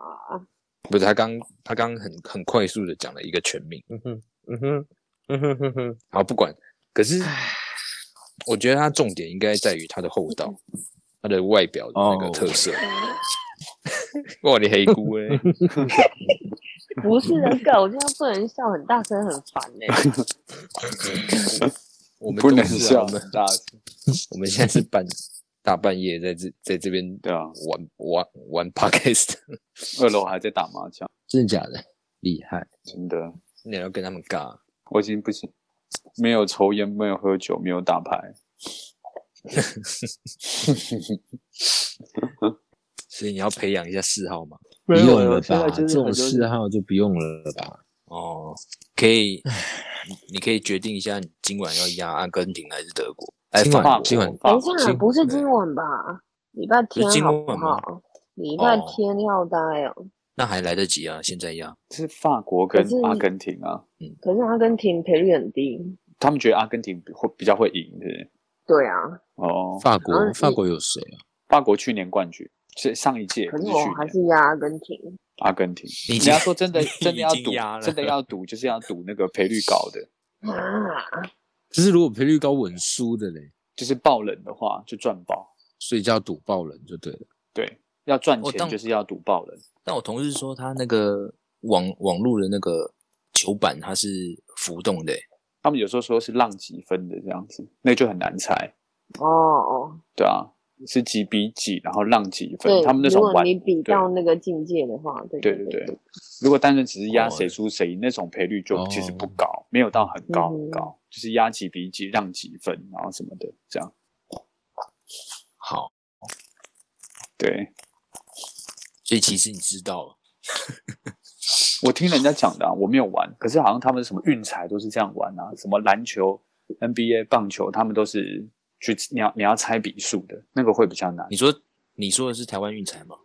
不是他刚他刚很很快速的讲了一个全名，
嗯哼，嗯哼，嗯哼哼哼，
好不管，可是我觉得他重点应该在于他的厚道，他的外表的
哦
那个特色。 哇，你黑姑 哎、
不是那个，我现在不能笑很大声，很烦 哎、
我们
不
都
能
是啊
笑
我们
很大声。
我们现在是半大半夜在这在这边
对啊，
玩玩玩 podcast，
二楼还在打麻将，
真的假的？厉害！
真的，
你要跟他们尬，
我已经不行，没有抽烟，没有喝酒，没有打牌，
所以你要培养一下嗜好嘛。
不
没有啊
用了
我现在
吧？
就是
这种
很多
嗜好就不用了吧？
哦，可以，你你可以决定一下，你今晚要压阿根廷还是德国？哎，
今晚
法国
今晚
法
等
国
一下，
今
不是今晚吧？礼拜天
今
好
晚
不
吗
好？礼拜
哦
天要待哦。
那还来得及啊，现在压。
是法国跟
可是
阿根廷啊，
可是阿根廷赔率很低。
他们觉得阿根廷会比较会赢，对不对？
对啊，
哦，
法国
嗯
法国有谁啊？
法国去年冠军，是上一届，
可
不
是
去
我还
年
是压阿根廷。
阿根廷。
你已
你
经
要说 真的，真的要
已经压
赌，
了
真的要赌，就是要赌那个赔率高的，
啊，
只是如果赔率高稳输的嘞，
就是爆冷的话就赚爆。
所以叫赌爆冷就对了。
对，要赚
哦
钱
当
就是要赌爆冷。
但我同事说他那个网网络的那个球板它是浮动的欸、
他们有时候说是浪几分的这样子，那就很难猜，
哦哦，
对啊，是几比几，然后浪几分。
对，
他们那
如
种
果
玩，
你比
对
到那个境界的话，对
对
对
对对如果单纯只是压
哦
谁输谁赢，那种赔率就
哦
其实不高，没有到很高很
嗯
高，就是压几比几，让几分，然后什么的这样。
好，
对
所以其实你知道了，
我听人家讲的、啊，我没有玩，可是好像他们什么运彩都是这样玩啊，什么篮球、NBA、棒球，他们都是去你要你要猜比数的，那个会比较难。
你说你说的是台湾运彩吗？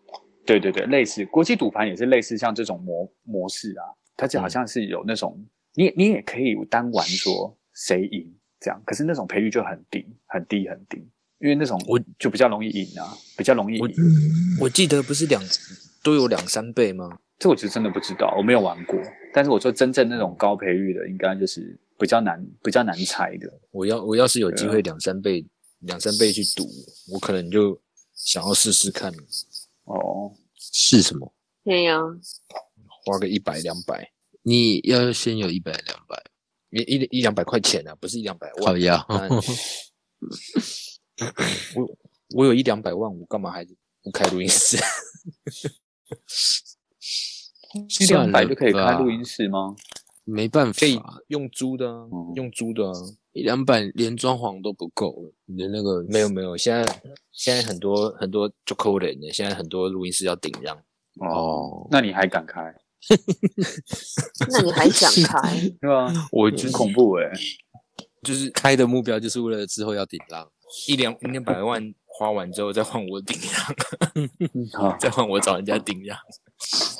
对对对，类似国际赌盘也是类似像这种模模式啊，它就好像是有那种，你你也可以单玩说谁赢这样，可是那种赔率就很低很低很低，因为那种
我
就比较容易赢啊，比较容易
我
赢。
我记得不是两都有两三倍吗？
这我就真的不知道，我没有玩过。但是我说真正那种高赔率的，应该就是比较难比较难猜的。
我要我要是有机
对
会
啊
两三倍两三倍去赌，我可能就想要试试看，
哦，
是什么？
对呀、
花个一百两百，
你要先有一百两百，
一一一两百块钱啊，不是一两百万
好。呀，
但我我有一两百万，我干嘛还不开录音室？
一两
算
百
了
就可以开
啊
吧
录音室吗？
没办
可以
法，
用租的、啊
嗯，
用租的、啊。
哦一两百连装潢都不够了，你的那个
没有没有，现在现在很多很多就扣人的，现在很多录音室要顶让。
哦，
那你还敢开？
那你还想 开？
对啊，
我
很恐怖哎、
就是
开的目标就是为了之后要顶浪。
一两一两百万花完之后，再换我顶让，
好，
再换我找人家顶让。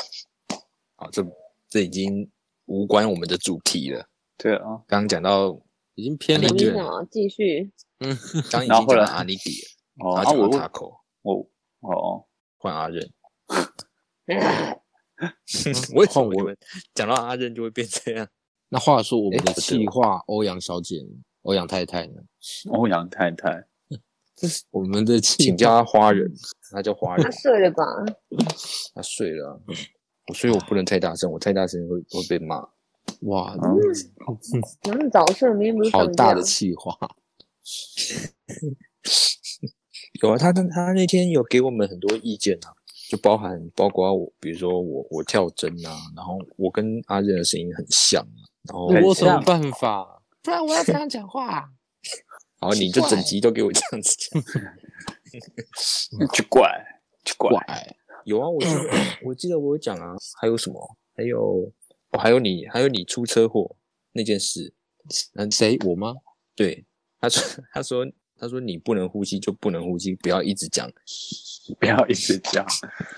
好，这这已经无关我们的主题了。
对啊，
刚刚讲 到，
已经偏
我
离
跟你
远
讲
了。
啊，继续。
刚刚已
然
经
后后
讲
来
到阿尼迪了，
哦，
然
啊
后讲
我
到
问
塔口，
我哦，
换阿任。
啊
为
为什
什
么
么
你
你
们
们讲到阿任就会变这 样？
那话说，我们
哎
的气话欧阳小姐呢、欧阳太太呢？
欧阳太太，
我们的气
请
话
叫他花人，他叫 花人
他，睡了吧？
他睡了啊、所以我不能太大声，我太大声会会被骂。
哇，
嗯，
哪有早睡？明天不是
好
放假
大的？气话！
有啊，他跟他那天有给我们很多意见啊，就包含包括我，比如说我我跳针啊，然后我跟阿任的声音很像啊，然后
很
我有什么
像
办法？
不然我要怎样讲话、啊？
然后你就整集都给我这样子讲。嗯
去怪去怪，
怪，
有啊，我记得
嗯
我记得我有讲啊，还有什么？还有哦，还有你，还有你出车祸那件事，嗯，
谁我吗？
对，他说他说他说你不能呼吸就不能呼吸，不要一直讲，
不要一直讲，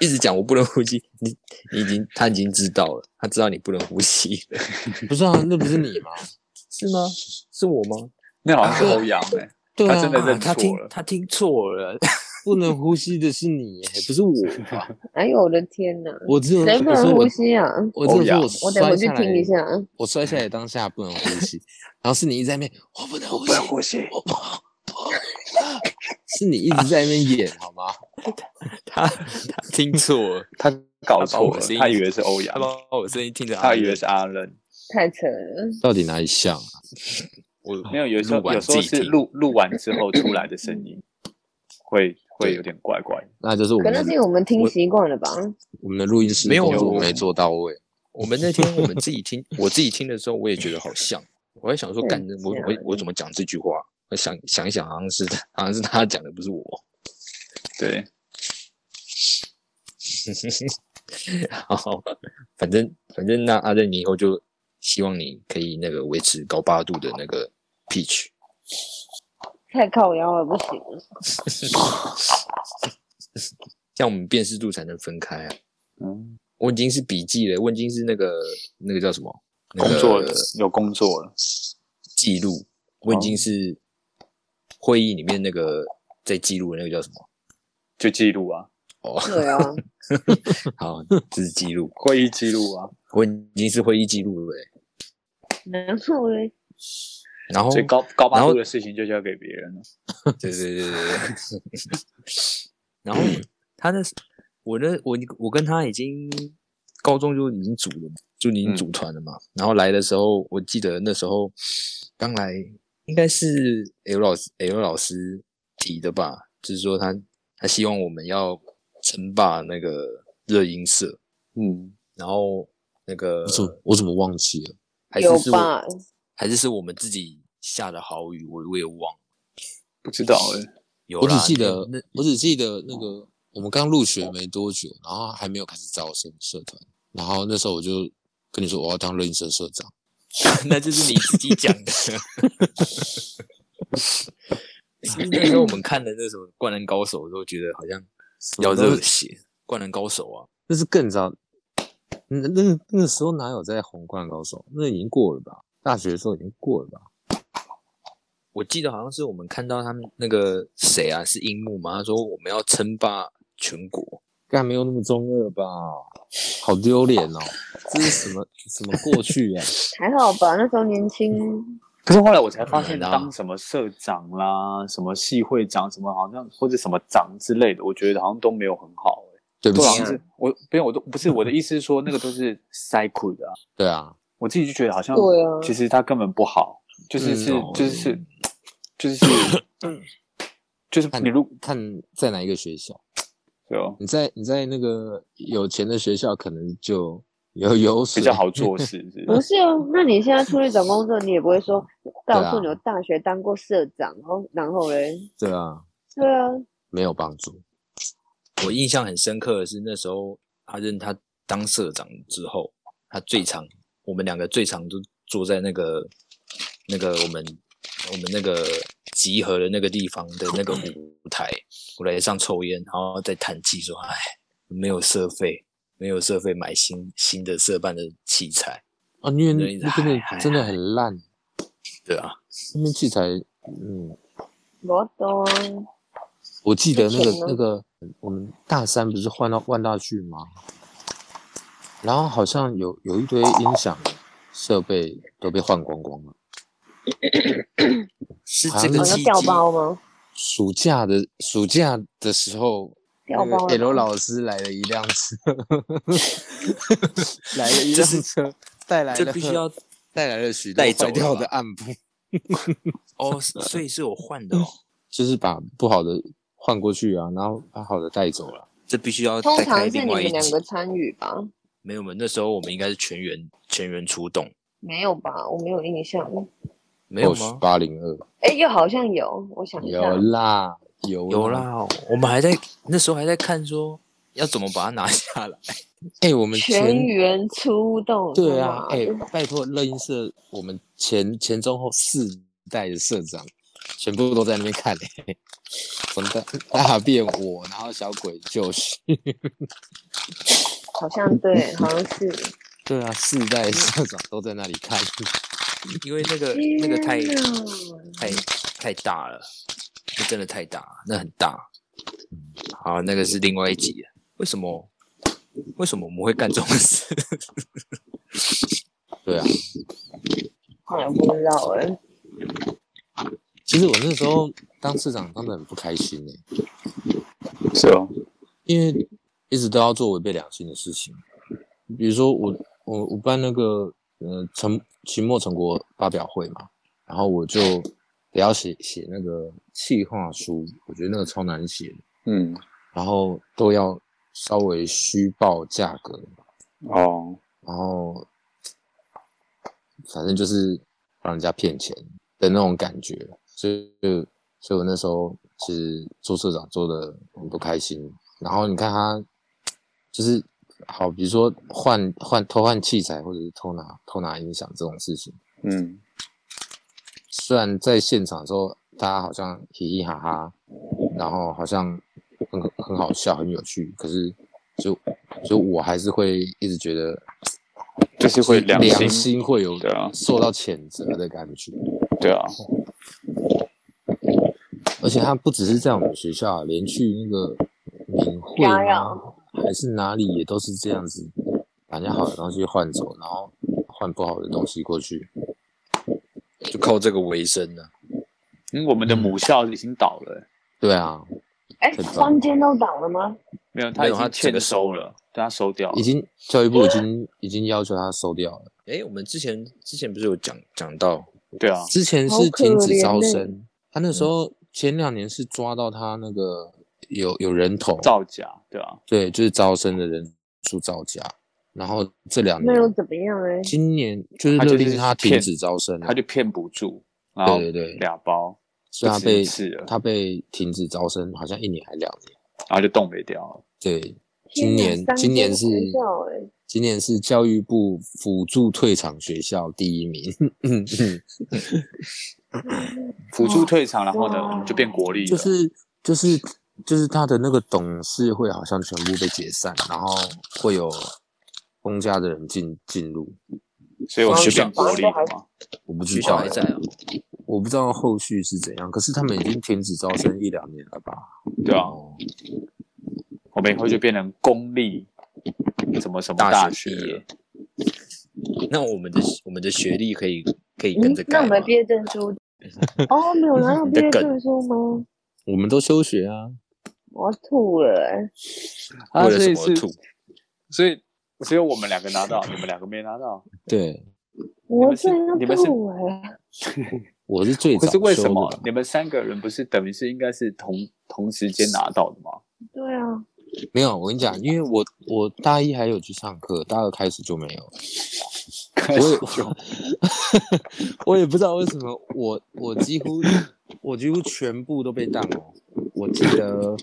一直讲我不能呼吸，你你已经他已经知道了，他知道你不能呼吸了，
不是啊，那不是你吗？
是吗？是我吗？
那好像是欧阳 哎、
对
他真的
啊，
认
他
错
听
了
他听错了，
不能呼吸的是你，不是我吧？
哎呦我的天哪！
我
嗯
只有
谁不
我说
能
我
呼吸啊？
我
哦
只有说我
我等
摔
回去
下来，
听一下。
我摔下来当下不能呼吸，然后是你一直在那边，我不能呼吸，
呼吸，
我不，是你一直在那边演好吗？
他他听错了，
他搞
他把我
错了
声，音
他以为是欧
他
阳，
把我声音听成
他
阿
以为
乐，
是阿任，
太扯了，
到底哪里像啊？
我
没有，有时候
录完
有时候
自己
是
听
录录完之后出来的声音，会会
对
有点怪怪的。
那就是我
可
们
能是因
的
为我们听
我
习惯了吧？
我们的录音师
没有
工
我
作没做到位。
我们那天我们自己听，我自己听的时候，我也觉得好像，我还想
嗯
说，
对
干我
是啊
我我怎么讲这句话？我想想一想，好像是他好像是他讲的，不是我。
对，
好，反正反正那阿任，你以后就希望你可以那个维持高八度的那个 pitch。
太靠腰了，不行。
这样我们辨识度才能分开啊。
嗯，
我已经是笔记了，我已经是那个那个叫什么、那
工
个
作了，有工作了，
记录，我已经是会议里面那个在记录的那个叫什么？
就记录啊，
哦，
对啊，
好，这是记录，
会议记录啊，
我已经是会议记录了欸。
然后嘞，
然后
所以高高八
然后
度的事情就交给别人了。
对对对对对。 然后他那时我那我我跟他已经高中就已经组了嘛，就已经组团了嘛。然后来的时候，我记得那时候刚来，应该是 L 老师 L 老师提的吧，就是说他他希望我们要称霸那个热音社，
嗯，
然后那个
我怎么我怎么忘记了？
还
有
是是我
吧？
还是是我们自己下的豪语，我我也忘了
不知道哎、
有
我只
啦
记
那
得
那哦
我只记得那个我们刚入学没多久，然后还没有开始招生社团，然后那时候我就跟你说我要当热音社社长，
那就是你自己讲的。 是不是那时候我们看的那什么《灌篮高手》都觉得好像要热血，《灌篮高手》啊，
那是更早，那那那个时候哪有在红冠高手？那已经过了吧？大学的时候已经过了吧？
我记得好像是我们看到他们那个谁啊，是樱木嘛，他说我们要称霸全国，
干没有那么中二吧？好丢脸哦！这是什么什么过 去啊？
还好吧，那时候年轻，
可是后来我才发现，
嗯然后
当什么社长啦、什么系会长、什么好像或者什么长之类的，我觉得好像都没有很好、欸。
对不
都
起
好，像是我，不用，我都不是我的意思是说，那个都是塞苦的啊、
对啊，
我自己就觉得好像，
对啊
其实他根本不好，就是是、
嗯
就是是就是 是就是
看
你如
看在哪一个学校？
对哦，
你在你在那个有钱的学校，可能就有油
比
水
较。好做事，是不
不
是
是啊？那你现在出去找工作，你也不会说告诉
对啊
你我大学当过社长，然后然后嘞，
对啊，
对啊，
没有帮助。
我印象很深刻的是那时候阿任他当社长之后，他最常我们两个最常都坐在那个那个我们我们那个集合的那个地方的那个舞台舞台上抽烟，然后再叹气说：“哎，没有社费，没有社费买新新的社办的器材，
啊，因
对
为那真
还还
的真的很烂，
对啊，
那边器材，嗯，
我懂啊，
我记得那
之
个
前呢
那个我们大三不是换到万大剧吗？然后好像有有一堆音响设备都被换光光了。
是
好
这啊个
像
哦，那
是
契
掉
机。”
包吗？
暑假的暑假的时候，
掉包啊
那个 L
了吗
老师来了一辆车， 来了一辆车，带来
这
了
必须要
带来了许多
带走
坏
了
掉
吧
的暗部，
哦，是所以是我换的哦，
就是把不好的换过去啊，然后把好的带走了。
这必须要
通
再
常
开
是
另
你
外
们
一
两
集。
个参与吧？
没有，没有，那时候我们应该是全员全员出动，
没有吧？我没有印象。
没有吗？
哦八零二
哎，又好像有，我想一下，
有啦有
有，啦，我们还在那时候还在看说要怎么把它拿下来。
哎、我们
全
前
员出动，
对啊，
他妈
哎、
的
拜托乐音社，我们前前中后四代的社长全部都在那边看、欸，从大大便我，然后小鬼就是。
好像对，好像 是。
对啊，四代社长都在那里看，
因为那个那个太太太大了，那真的太大了，那很大。嗯好，那个是另外一集了。为什么？为什么我们会干这种事？
对啊。
好像不知道哎、
其实我那时候当市长当的很不开心呢、
是哦，
因为一直都要做违背良心的事情，比如说我我我办那个呃成期末成果发表会嘛，然后我就得要写写那个企划书，我觉得那个超难写的，
嗯，
然后都要稍微虚报价格，
哦，
然后反正就是让人家骗钱的那种感觉，所以就所以我那时候其实做社长做的很不开心。然后你看他，就是好，比如说换换偷换器材或者是偷拿偷拿音响这种事情，
嗯，
虽然在现场的时候大家好像嘻嘻哈哈，然后好像很很好笑很有趣，可是就就我还是会一直觉得
就是会
良
良心
会有
对啊
受到谴责的感觉。
对啊，
而且他不只是在我们学校，啊连去那个闽会
嘉
吗
耀？
还是哪里也都是这样子，把人家好的东西换走，然后换不好的东西过去。
就靠这个为生啊呢、
因为嗯我们
嗯
的母校已经倒了、
对啊，
哎，
太棒了
三间都倒了吗？
没有，
没
已
有他
经
整个收
欠收
了
了，对他收掉了，
已经教育部已经已经要求他收掉了。
诶，我们之前之前不是有讲讲到，
对啊，
之前
好
是
可
停止
怜
招
欸
生，他
嗯
那时候前两年是抓到他那个有有人头，
造假，对啊，
对，就是招生的人数造假，然后这两
那又
年
怎么样呢？
今年就是
他
勒
就是
令他停
骗
止招生了，
他就骗补助，然后
嗯对对对
俩包，
所以他
不止
被
一次了
他被停止招生，好像一年还两年。
然后就冻没掉了，
对，
天
今
哪
年
三
今年
间
是
学校哎，
今年是教育部辅助退场学校第 一名，
辅助退场，然后
哇
呢就变国力了，
就是就是就是他的那个董事会好像全部被解散，然后会有公家的人进进入，
所以我
哦
们就
学校
变国力了嘛，
我不
学
知
校
道
还在
欸，
哦
啊，
我不知道后续是怎样，可是他们已经停止招生一两年了吧？
对啊，
哦，
我们以后就变成公立什么什么
大
大
学
学
毕业
了，
那我们的我们的学历可以可以跟
嗯
着，改
那我
吗
们？毕业证 书，哦，没有拿到毕
你的
业
梗
证书吗？
我们都休学啊，
我要吐了欸，
啊
为了
所
什
以
么
是
而吐？
所以只有我们两个拿到，你们两个没拿到，
对，
我
们是
真的
你
要
们是
吐哎！
我是最
可
早
是为
休
什
的
么
吧？
你们三个人不是等于是应该是同同时间拿到的吗？
对啊，
没有，我跟你讲，因为我我大一还有去上课，大二开始就没有。 我也我也不知道为什么，我我几乎我几乎全部都被当哦。我记得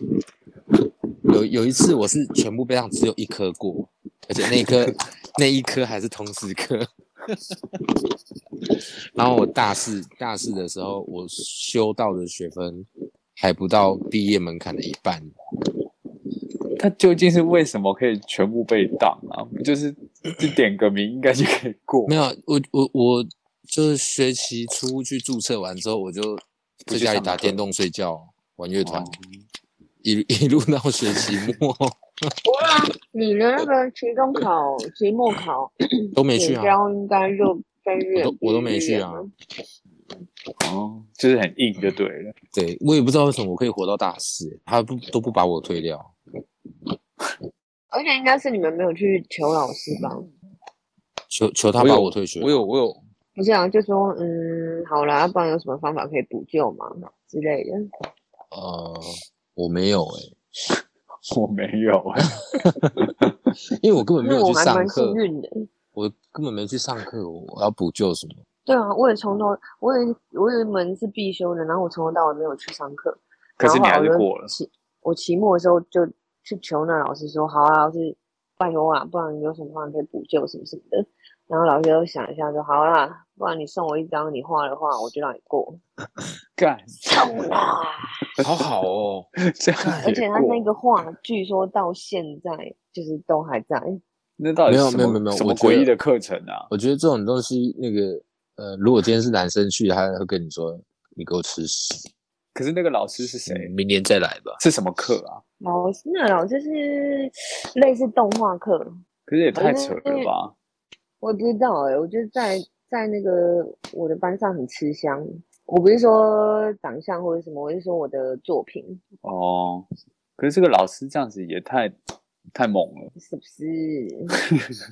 有有一次我是全部被当，只有一科过，而且那一 科那一科还是通识科。 然后我大四大四的时候，我修到的学分还不到毕业门槛的一半，
他究竟是为什么可以全部被挡啊？不就是就点个名应该就可以过
没？有，我我我就是学期初去注册完之后，我就在家里打电动、睡觉、玩乐团，
哦
一一路 到学期末
你的那个期中考、期末考
都呃没去
指
啊，
标应该就跟日本
我都我都没去啊。
哦，就是很硬就对了。
对我也不知道为什么我可以活到大四，欸他不都不把我推掉。
而且应该是你们没有去求老师吧？
求求他
我
把
有
我退学，
我有我有，
不是啊，就说嗯，好啦，不然有什么方法可以补救吗之类的？
呃，我没有哎、
我没有，
因为我根本没
那
有
我
去
还
上
蛮幸
课，
运的。
我根本没去上课，我要补救什么？
对啊，我也从头，我有一我有一门是必修的，然后我从头到尾没有去上课。
可是
然
你
后
还是
后来我就
过了。
期我期末的时候就去求那老师说，好啊，老师，拜托啊，不然有什么方法可以补救什么什么的。然后老师就想一下说，好啦，不然你送我一张你画的画，我就让你过。
干，
送啦！
好好哦，
这样
而且
也
他那
过？
个画，据说到现在就是都还在。
那到底
没
是
有
什
没有
么
没有没有
什
我
么
觉得
诡异的课程啊？
我觉得这种东西，那个呃，如果今天是男生去，他会跟你说你给我吃屎。
可是那个老师是
嗯
谁？
明年再来吧。
是什么课啊？
老师，那老师是类似动画课，
可是也太扯了吧！
我也不知道哎、我觉得在在那个我的班上很吃香。我不是说长相或者什么，我是说我的作品
哦，可是这个老师这样子也太太猛了。
是不是？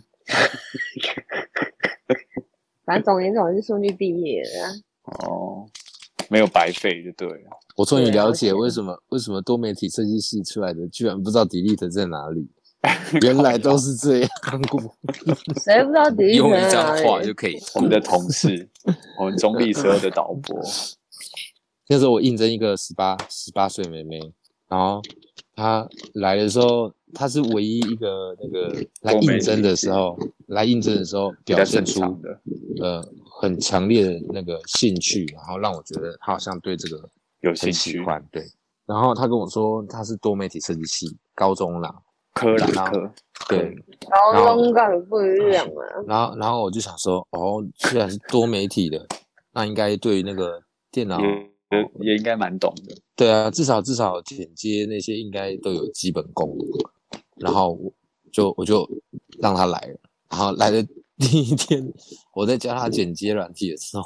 反正总而言之，我还是顺利毕业了啊。
哦，没有白费就对了。
我终于
对
了
好
解
险
为什么为什么多媒体设计系出来的居然不知道 delete 在哪 里，原来都是这样 过。
谁不知道第一
用
人
一张
啊？
画就 可以
我们的同 事，我们中立十二的导播，
那时候我应征一个十八十八岁妹妹，然然后他来的时候，他是唯一一个那个来应征的时候，来应征的时候
比
表
较
现
正
出
常的。
呃很强烈的那个兴趣，然后让我觉得他好像对这个
有兴
很喜
趣
欢，对。然后他跟我说他是多媒体设计系高中啦，
科啦
然后
科，
对，
然
然
后
后
龙岗不一样啊，
然后然后我就想说，哦，虽然是多媒体的，那应该对那个电脑，
也也应该蛮懂的。
对啊，至少至少剪接那些应该都有基本功。然后我就我就让他来了，然后来的第一天，我在教他剪接软体的时候，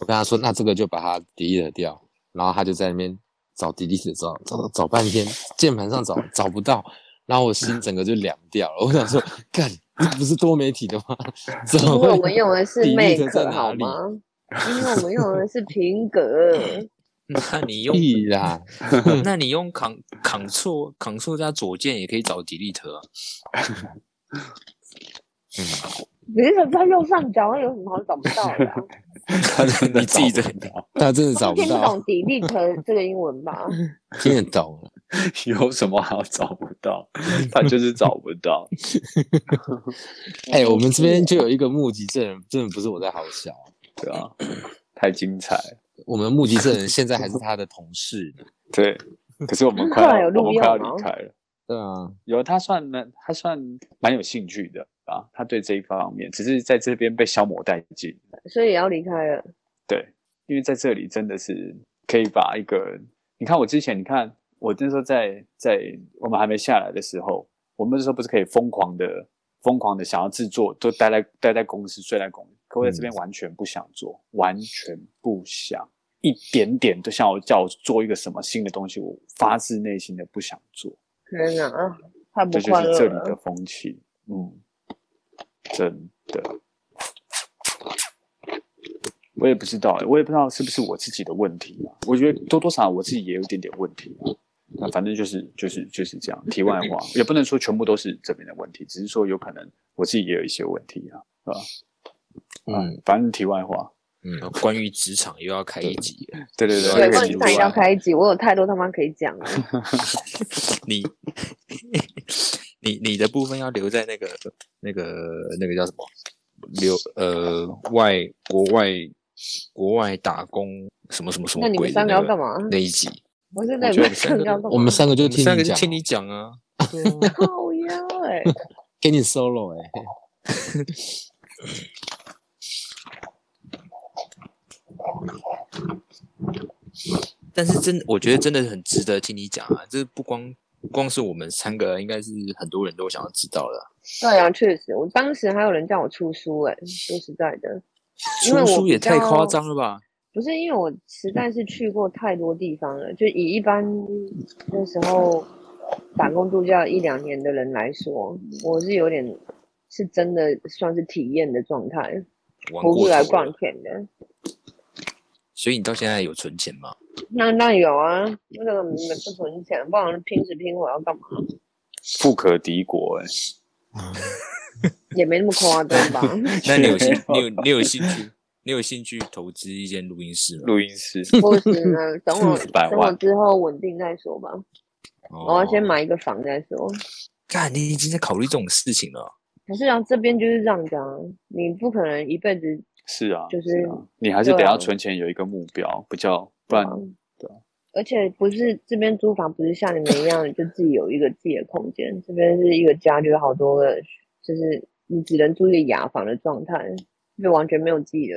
我跟他说，那这个就把它 delete 掉，然后他就在那边找 delete 找找找半天，键盘上找找不到。然后我心整个就凉掉了，我想说，干，这不是多媒体的吗？ 怎
因
么
为
会
我们用的 是
delete
Make
在哪
好
里？
吗？因为我们用的是 平格，
那你用，
屁 啦！
那你用 Ctrl Ctrl Ctrl 加左键也可以找 delete 啊。
只是在右上角有什么好找不到的、啊？
他真的
你自己
找
的
不到
他真的找不
听不
到，
懂 delete 这个英文吧？
听得懂。
有什么好找不到？他就是找不到。
哎、我们这边就有一个目击证人，真的不是我在好笑，
对啊，太精彩了。
我们目击证人现在还是他的同事呢。
对，可是我们快
后来
要
有录
我们快要
用吗
离开了。
对啊，
有他算呢，他算蛮有兴趣的啊，他对这一方面，只是在这边被消磨殆尽。
所以也要离开了。
对，因为在这里真的是可以把一个，你看我之前，你看我那时候在在我们还没下来的时候，我们那时候不是可以疯狂的疯狂的想要制作，都待在待在公司睡在公司，可我在这边完全不想做，完全不想。一点点都像我叫我做一个什么新的东西，我发自内心的不想做。
天哪，啊太不
这就
快
是
乐
这里的
了！
风气，嗯，真的。我也不知道、欸我也不知道是不是我自己的问题啊。我觉得多多少少我自己也有一点点问题啊。那反正就是就是就是这样。题外话，也不能说全部都是这边的问题，只是说有可能我自己也有一些问题啊，啊，啊
哎
嗯
反正题外话，
嗯，
呃关于职场又要开一集了，
对对
对
对，
啊
这
对，不
个
然
题
你
外
上一要开一集，我有太多他妈可以讲了。
你你你的部分要留在那个那个那个叫什么？留呃外国外国外打工什么什么什么
那你
鬼的
们三个
那
要
个
干嘛？
那一集，
我是
我
在
觉得
问
你
三
三
个
个
要干嘛？
我们三个就
我们
听
三个
你
就
讲
听
哦，
你讲啊，
靠呀、欸！
给你 solo 哎、
但是真，我觉得真的很值得听你讲啊！这不光不光是我们三个，应该是很多人都想要知道的啊。
对啊，确实，我当时还有人叫我出书哎、说实在的，因为
出
我
书
比
也太夸
较
张了吧？
不是因为我
嗯
实在是去过太多地方了，就以一般那时候打工度假一两年的人来说，我是有点是真的算是体验的状态，
玩
不
过
是来
头
赚
了，
钱的。
所以你到现在有存钱吗？
那那有啊，那个
嗯
没不存钱，不然拼死拼活要干嘛？
富可敌国、欸，
也没那么夸张 吧？
那你有 兴你有你有兴趣你有兴趣投资一间录音室吗？
录音师，
不行啊，等我
400万
等我之后稳定再说吧。我要先
哦。
买一个房再说。
看，你已经在考虑这种事情了。
可是啊，这边就是这样子啊，你不可能一辈子
是啊，
就是
啊，你还是得
对啊
要存钱，有一个目标，比较不然对啊
而且不是这边租房不是像你们一样，就自己有一个自己的空间，这边是一个家，就有好多个，就是你只能租一个雅房的状态，就完全没有自己的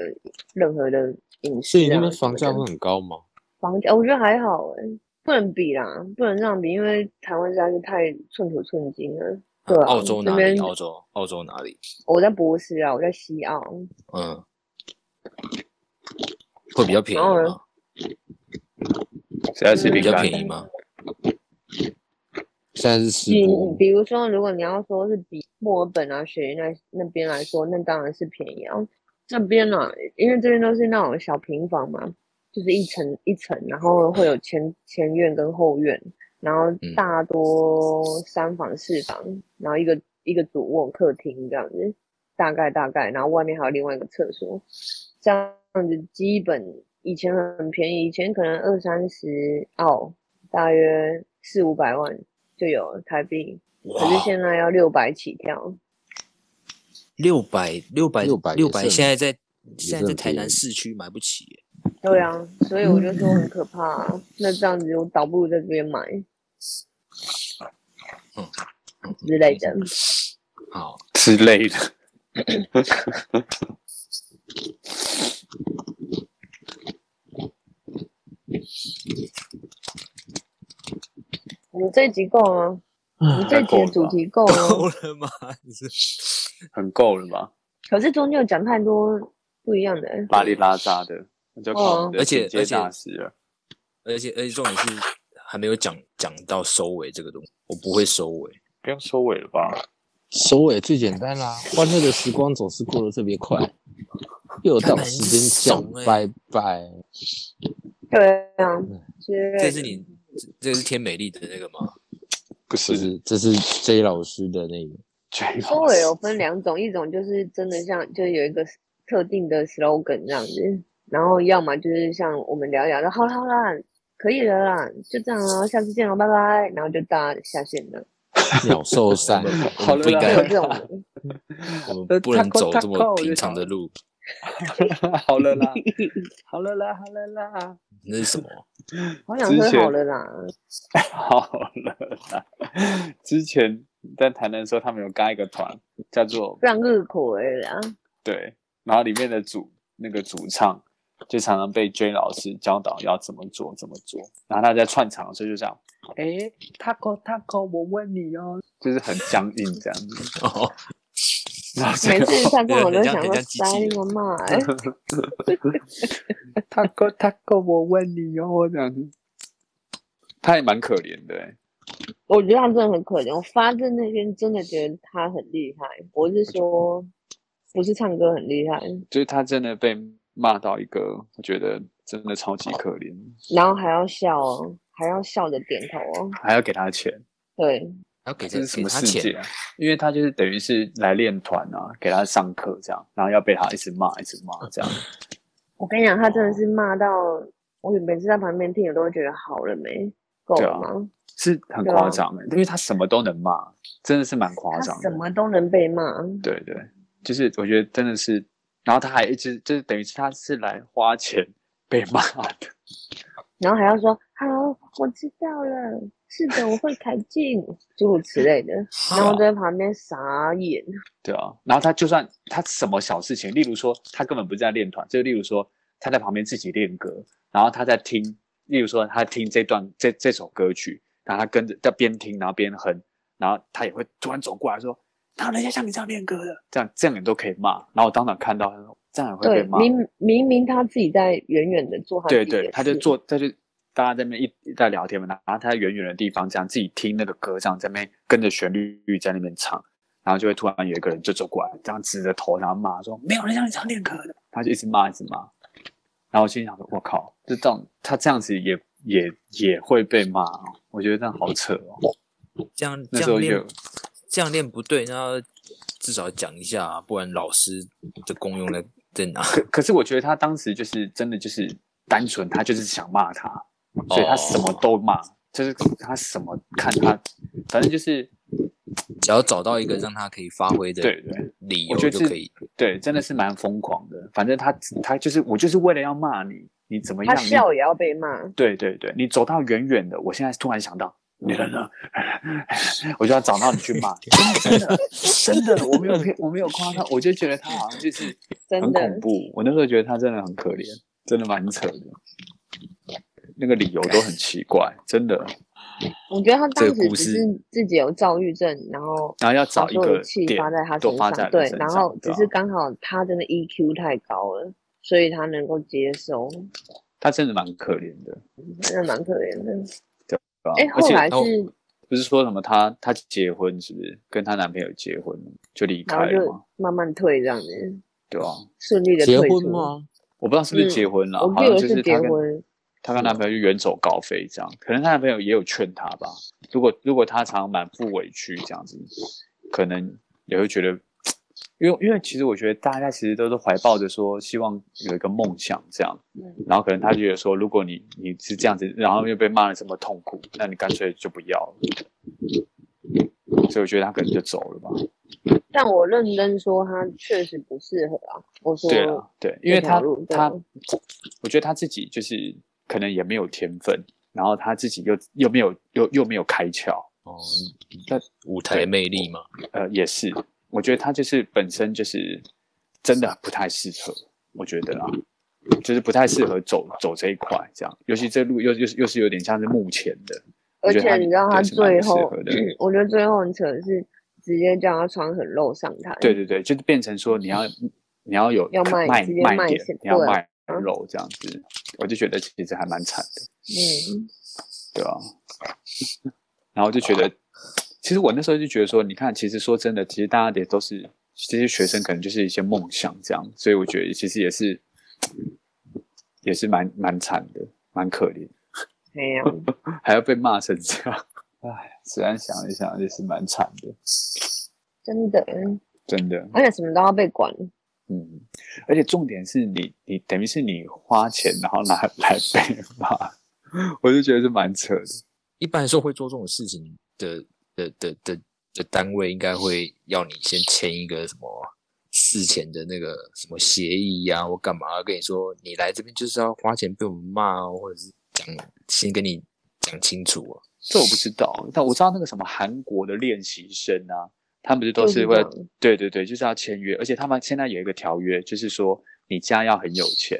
任何的隐私
所以那
啊
边
什么
房
的。
价会很高吗？
房价我觉得还好哎、不能比啦，不能这样比，因为台湾实在是太寸土寸金了。对啊，
澳洲
这
哪
边
里？澳洲澳洲哪里？
我在博士啊，我在西澳，
嗯，会比较便宜
然后
吗
呢？
谁要吃
啊比
饼
较
干？
便宜吗？嗯
现在是直
比
播，
比如说，如果你要说是比墨尔本啊、雪梨那那边来说，那当然是便宜啊。这边呢、啊，因为这边都是那种小平房嘛，就是一层一层，然后会有前前院跟后院，然后
嗯
大多三房四房，然后一个一个主卧客厅这样子，大概大概，然后外面还有另外一个厕所，这样子基本以前很便宜，以前可能二三十澳，大约四五百万就有了台币，可是
哇，
现在要六百起跳，
六百六百
600
六百，
也是
现在在
是
现在在
很
台
便
南
宜
市区买不起耶，
对啊，所以我就说很可怕啊、那这样子我倒不如在这边买
嗯
之类的。
好，
之类的。
我们这集够了吗？我们这集的主题够了
够
吗。
了吗？你是
很够了吧？
可是中间有讲太多不一样的，
拉里拉扎的，那就靠我们
哦
的
而且
进阶大啊师了。
而且而且重点是还没有讲讲到收尾这个东西，我不会收尾。
不用收尾了吧？
首尾最简单啦、欢乐的时光总是过得特别快，又到时间讲
干
拜拜。
对啊，之
嗯
类
这
的
是你这这是天美丽的那个吗？
不
不
是，
是，这是 J 老师的那个，
收尾有分两种，一种就是真的像就有一个特定的 slogan 这样子，然后要么就是像我们聊一聊，说好啦好啦，可以了啦，就这样啦，下次见了，拜拜，然后就大家下线了，
鸟兽散。
我们不应
好
会
该
了
有
啦，
这种人，
我们不能走这么平常的路。
好了啦，好了啦，好了啦，
那是什么？
好想喝好了啦，
好了啦。之前在台南的时候，他们有嘎一个团，叫做
让日葵 啦，
对，然后里面的主那个主唱就常常被 J 老师教导要怎么做怎么做，然后他在串场的时候就这样，哎，Taco Taco，我问你哦，就是很僵硬这样子，
哦，
然后最
每
后
次看到我都想
人家
说
人家机器
塞你个 妈，哎
Taco Taco，我问你哦这样子，他也蛮可怜的、欸，
我觉得他真的很可怜，我发自那天真的觉得他很厉害，我是说不是唱歌很厉害，
就是他真的被骂到一个，我觉得真的超级可怜，
然后还要笑哦，还要笑着点头哦。
还要给他钱，
对，
要给他
这是什
给
么
他
世界
钱，
啊？因为他就是等于是来练团啊，给他上课这样，然后要被他一直骂，一直骂这样。
我跟你讲，他真的是骂到我每次在旁边听，我都会觉得好了没，够
对
了
啊
吗？
是很夸张欸的，因为他什么都能骂，真的是蛮夸
他
张
什
的。
么都能被骂，
对对，就是我觉得真的是，然后他还一直就是等于是他是来花钱被骂的，
然后还要说好，我知道了，是的，我会改进，诸如此 类的。然后我就在旁边傻眼，
对啊。然后他就算他什么小事情，例如说他根本不是在练团，就例如说他在旁边自己练歌，然后他在听，例如说他听这段这这首歌曲，然后他跟着在边听，然后边哼，然后他也会突然走过来说。哪有人家像你这样练歌的，这样这样你都可以骂，然后我当场看到，他说这样也会
对
被，骂。
明明明他自己在远远的做他自
对
己的
对，
事，
他就坐，他就大家在那边一一在聊天嘛，然后他在远远的地方这样自己听那个歌，这样在那边跟着旋律在那边唱，然后就会突然有一个人就走过来，这样指着头，然后骂说没有人像你这样练歌的，他就一直骂一直骂，然后我心里想说，我靠，这这样他这样子也也也会被骂、哦，我觉得这样好扯哦。
这样这
那时候
样
有
练这样练不对，那至少讲一下、啊不然老师的功用在在哪？
可可是我觉得他当时就是真的就是单纯，他就是想骂他，所以他什么都骂，就是他什么看他，反正就是
只要找到一个让他可以发挥的
对对。
理
我
由
觉
就
得
可以
是，对，真的是蛮疯狂的。反正他他就是我就是为了要骂你，你怎么样？
他
你
笑也要被骂。
对对对，你走到远远的，我现在突然想到你人呢， 我就要找到你去骂。真的真的真的，我没有骗我没有夸他，我就觉得他好像就是
真
很
的
恐，怖。我那时候觉得他真的很可怜，真的蛮扯的。那个理由都很奇怪，真的。
我觉得他
这个
当时
故
只
事
是自己有躁郁症，然后
然后要找
把
一
所有
个
的气
点
发在他
都
身
发
上，
在你
对
身，
然
上
后只
对啊
是刚好他真的 EQ 太高了，所以他能够接受，
他真的蛮可怜的，
真的蛮可怜的。
对吧
哎、
而
后
且
来
然后
是，
不是说什么她她结婚是不是跟她男朋友结婚了就离
然后
开了
就
吗？
慢慢退这样子，
对吧、
顺利的
结
退
婚
出。
吗？
我不知道是不
嗯
是结婚了，
我
啊好
记
像
得
就是她
结
跟
婚，
她跟男朋友就远走高飞这样，可能她男朋友也有劝她吧。如果如果她常常满腹委屈这样子，可能也会觉得因为因为其实我觉得大家其实都是怀抱着说希望有一个梦想这样，
嗯
然后可能他就觉得说，如果你你是这样子，然后又被骂的这么痛苦，那你干脆就不要了。所以我觉得他可能就走了吧。
但我认真说，他确实不适合啊。我说，
对啊，对，因为
这条
他
路对
他，我觉得他自己就是可能也没有天分，然后他自己又又没有又又没有开窍，
哦，
那
舞台魅力嘛，
呃，也是，我觉得他就是本身就是真的不太适合，我觉得啦，就是不太适合走走这一块，这样，尤其这路又又是又是有点像是目前的，
而且你知道他
我觉得他
最
对是蛮
后
不适合，
我觉得最后很扯的是直接叫他穿很露上台。
对对对，就是变成说你要你要有
要卖
卖
直接卖
点
钱，
你要
对
卖
啊
肉这样子，我就觉得其实还蛮惨的。
嗯，
对啊， 然后就觉得，其实我那时候就觉得说，你看，其实说真的，其实大家也都是这些学生，可能就是一些梦想这样，所以我觉得其实也是，也是蛮蛮惨的，蛮可怜，
哎呀，
还要被骂成这样， 唉，实在想一想也是蛮惨的，
真的，
真的，
而且什么都要被管。
嗯，而且重点是你你等于是你花钱然后拿来 被骂，我就觉得是蛮扯的，
一般来说会做这种事情的的的的的单位，应该会要你先签一个什么事前的那个什么协议呀、或干嘛，跟你说你来这边就是要花钱被我们骂哦，或者是讲先跟你讲清楚哦、
这我不知道，但我知道那个什么韩国的练习生啊，他们就都
就是是
会
这
要
样
对对对，就是要签约，而且他们现在有一个条约，就是说你家要很有钱，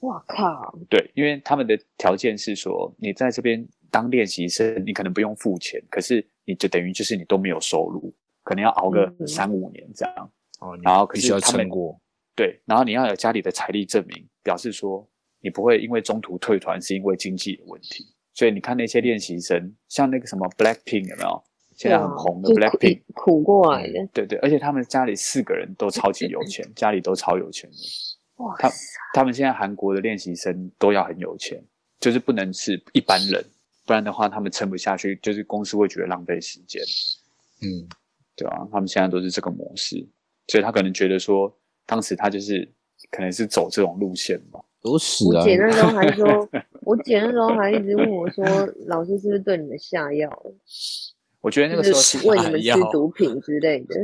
哇靠，
对，因为他们的条件是说你在这边当练习生，你可能不用付钱，可是你就等于就是你都没有收入，可能要熬个
嗯
三五年这样，
哦，你
然后可
必
是
须要
他们
撑过。
对，然后你要有家里的财力证明，表示说你不会因为中途退团是因为经济的问题。所以你看那些练习生，像那个什么 Blackpink 有没有？现在很
对啊
红的嗯
就是苦
Blackpink，
苦过啊来的，
对对，而且他们家里四个人都超级有 钱，家里都超有钱的。
哇
他他们现在韩国的练习生都要很有钱，就是不能是一般人，不然的话他们撑不下去，就是公司会觉得浪费时间。
嗯，
对啊，他们现在都是这个模式，所以他可能觉得说，当时他就是可能是走这种路线吧。
有屎
我
啊！
姐那时候 还说，我姐那时候还一直问我说，老师是不是对你们下药了，
我觉得那个时候是
就是喂你们
下
吃
药
毒品之类的？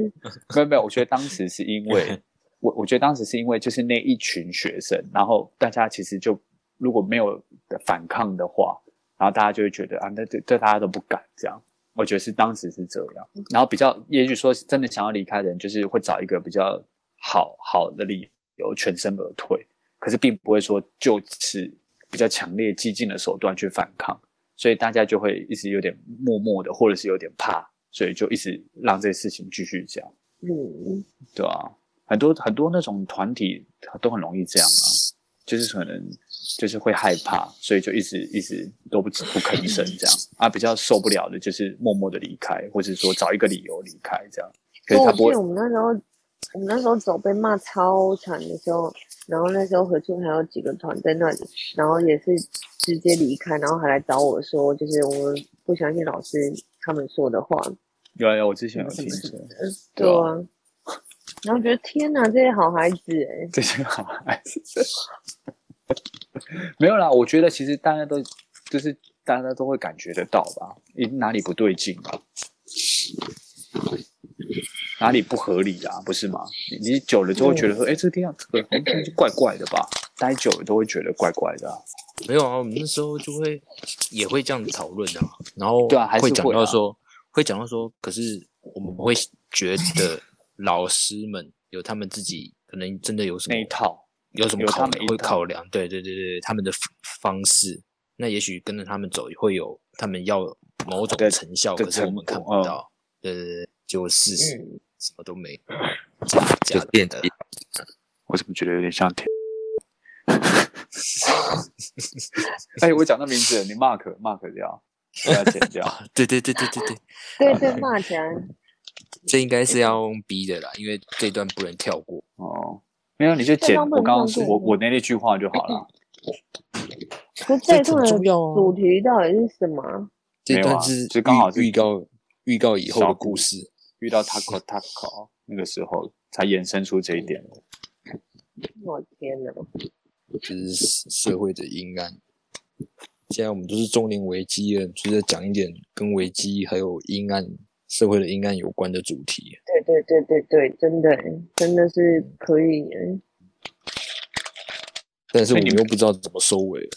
没有没有，我觉得当时是因为我我觉得当时是因为就是那一群学生，然后大家其实就如果没有反抗的话，然后大家就会觉得啊，那对对大家都不敢这样。我觉得是当时是这样，然后比较也许说真的想要离开的人，就是会找一个比较好好的理由全身而退，可是并不会说就此比较强烈激进的手段去反抗。所以大家就会一直有点默默的，或者是有点怕，所以就一直让这事情继续这样，
嗯，
对啊，很多很多那种团体都很容易这样啊，就是可能就是会害怕，所以就一直一直都不不吭声这样啊。比较受不了的就是默默的离开，或者说找一个理由离开这样。可
所
是
以我
他
记
不会
得我们那时候，我们那时候走被骂超惨的时候，然后那时候何庆还有几个团在那里，然后也是直接离开，然后还来找我说，就是我们不相信老师他们说的话，嗯
有有，我之前有听说
对
对啊
啊。然后觉得天哪，这些好孩子哎、
这些好还是没有啦。我觉得其实大家都就是大家都会感觉得到吧，一定哪里不对劲啊吧，哪里不合理啊，不是吗？你你久了就会觉得说，哎、这个地方这个好像就怪怪的吧，待久了都会觉得怪怪的啊、
没有啊，我们那时候就会也会这样子讨论啊，然后
对啊还是
会讲
会啊
到说，会讲到说，可是我们会觉得老师们有他们自己可能真的有什么
那一套。
有什么
有他
考
们
量
一
会
套
考量，对对对对，他们的 f- 方式，那也许跟着他们走会有他们要某
的
种成效，
的
可是我们
成
看
果
不
嗯
到，对对对，就事实
嗯
什么都没，假假的变得
我怎么觉得有点像天？ 哎、我讲到名字了，你 mark mark 掉，不要剪掉。
啊，对对对对对对，
对
啊
对，骂起来，
这应该
嗯
是要用逼的啦，因为这段不能跳过。
哦，没有，你就剪
方不
我
能
刚刚
放过
我我那那句话就好了。
可是这一段
这
的
很重要啊
主题到底是什么啊？
这
没有啊
段是
就刚好
预
是
预告预告以后
小
的
故
故事，
遇到 taco taco 那个时候，才衍生出这一点。
我天哪！
就是社会的阴暗。现在我们都是中年危机了，就是讲一点跟危机还有阴暗社会的阴暗有关的主题。
对对对对对，真的真的是可以。嗯
但是我
所以哎你
们
们
又不知道怎么收尾了。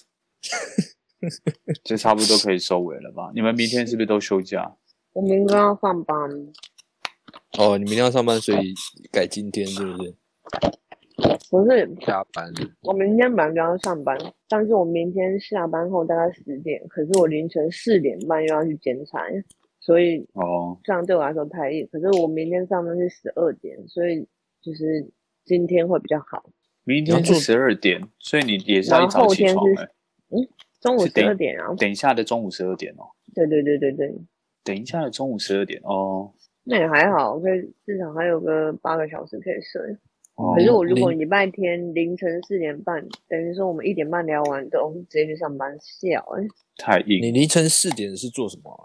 这差不多可以收尾了吧？你们明天是不是都休假？
我明天要上班，
哦，你明天要上班，所以改今天是不是？
不是
加班。
我明天本来就要上班，但是我明天下班后大概十点，可是我凌晨四点半又要去剪彩，所以
哦，
这样对我来说太硬。可是我明天上班是十二点，所以就是今天会比较好。
明
你
天
要做
是十二点，所以你也是要一
然
早
后后
起
天
床、
是嗯
欸。
中午
是
十
的
二点啊，
等一下的中午十二点哦，
对对对对对，
等一下的中午十二点哦。
那也还好，可以至少还有个八个小时可以睡。
哦
可是我如果
凌
礼拜天凌晨四点半，等于说我们一点半聊完之后直接去上班，笑哎、
太硬，
你凌晨四点是做什么啊、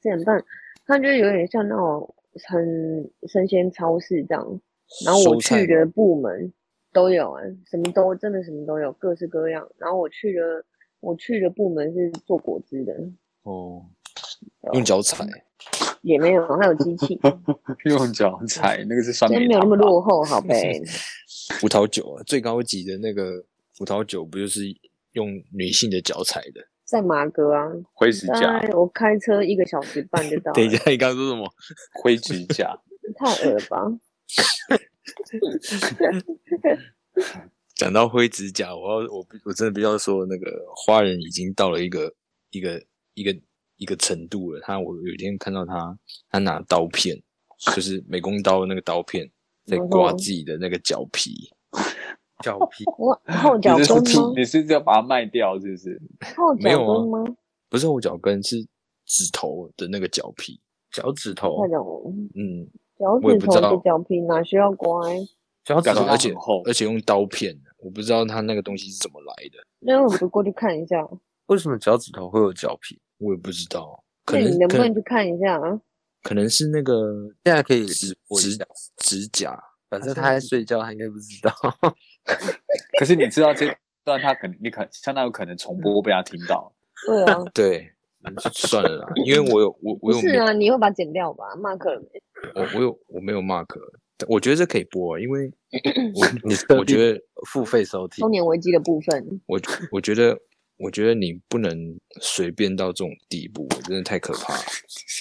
四点半，它就是有点像那种很生鲜超市这样。然后我
收菜
去的
吗
部门都有啊，什么都真的什么都有，各式各样。然后我去的我去的部门是做果汁的，
哦，
哦
用脚踩。
也没有，还有 机器，
用脚踩那个是酸
真
梅
没有那
汤
么
吧？
落后，好呗。
葡萄酒啊，最高级的那个葡萄酒不就是用女性的脚踩的？
在马哥啊，
灰指
大
甲，
概我开车一个小时半就到
等一
了，
下，你刚刚说什么？
灰指甲，
太恶了吧？
讲到灰指甲，我要我不我真的必须要说，那个花人已经到了一个一个一个一个程度了。他我有一天看到他，他拿刀片，就是美工刀的那个刀 片，在刮自己的那个脚皮， 脚皮
我后脚
你这
跟
是出
吗？
你是要把它卖掉是不是？
后
没有
脚
啊
跟吗？
不是后脚跟，是指头的那个脚皮，脚趾头
那，种
嗯，
脚
我也
趾
不
头
知道
的脚皮哪需要刮欸？
脚
趾头
而且
很厚
而且用刀片，我不知道他那个东西是怎么来的。
那我们过去看一下，
为什么脚趾头会有脚皮？我也不知道，可
那
能
你能不
可能
能去看一下啊？
可能是那个
现在可以
指
直播一
指
下，
指甲，
反正
好像
他在睡觉，他应该不知道。
可是你知道这段他可能你可相当有可能重播被他听到，
对啊，
对，嗯算了啦，因为我有 我
不
我有
是
没有
啊，你会把它剪掉吧？骂客人没
我我有我没有 mark，但我觉得这可以播啊，因 为
你
我我觉得
付费收听
中，年危机的部分，
我我觉得我觉得你不能随便到这种地步，真的太可怕了。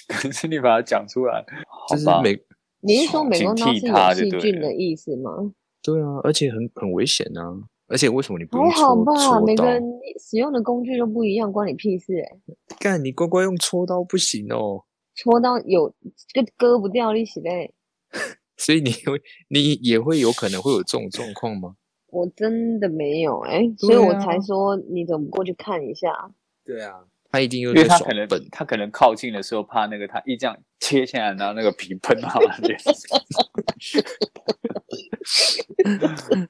可是你把它讲出来，好
就是
吧？
美
你是
哦
说美工刀是
警惕他
有
就
细
对
菌
了
的意思吗？
对啊，而且很很危险啊，而且为什么你不
还
用
好
戳
吧，
戳
每个
刀？
人使用的工具都不一样，关你屁事哎、
干，你乖乖用戳刀不行哦。
戳到有就割不掉利息嘞。
所以你会，你也会有可能会有这种状况吗？
我真的没有哎、所
对
以我
啊
才说你怎么不过去看一下？
对啊，
他一定又
因为
在
他
耍
可能
笨，
他可能靠近的时候怕那个他一这样切下来，然后那个皮喷到他脸，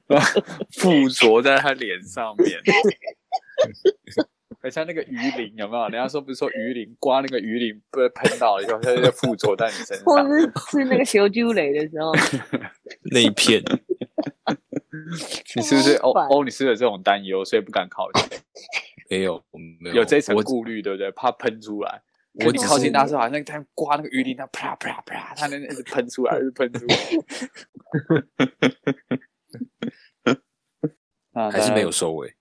然后附着在他脸上面。很像那个鱼鳞，有没有？人家说不是说鱼鳞刮那个鱼鳞被喷到了以后，它就附着在你身
或
上。
者是吃那个球菌雷的 时候，
那一片
你是不是
超
哦
烦
哦？你是不是有这种担忧，所以不敢靠近？
没有，我没有，
有这层
哦我
顾虑，对不对？怕喷出来。
我
可你
只
靠近
是
它的时候，好像它刮那个鱼鳞，它啪啪啪，它那一直喷出来，一直 喷出来。那
还是
大
没
家
有，收尾。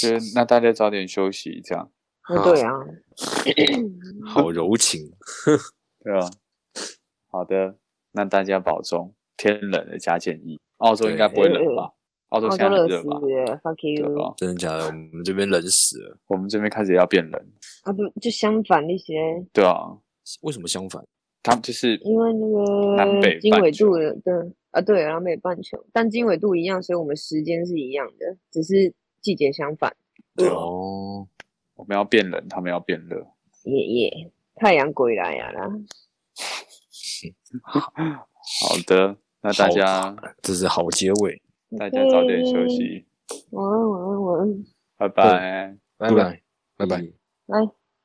就是那大家早点休息，这样
那对啊，
嗯
好柔情，
对吧？好的，那大家保重。天冷了加件衣，澳洲应该不会冷吧？澳洲
澳
现
洲
在很
热
热
死
吧？
了，fuck
对
you。
吧？
真的假的？我们这边冷死了。
我们这边开始要变冷，
啊不，就相反一些，
对啊，
为什么相反？
他们就是
因为那
南北
个经
半
纬
球
度的对啊对，南北半球，但经纬度一样，所以我们时间是一样的，只是季节相反。
对啊
哦，
我们要变冷，他们要变热。
耶耶，太阳归来呀啦！
好的，那大家
这是好结尾，
大家早点休息，
晚安晚安晚安，
拜拜。
啊
啊
嗯
不然，拜拜。
来。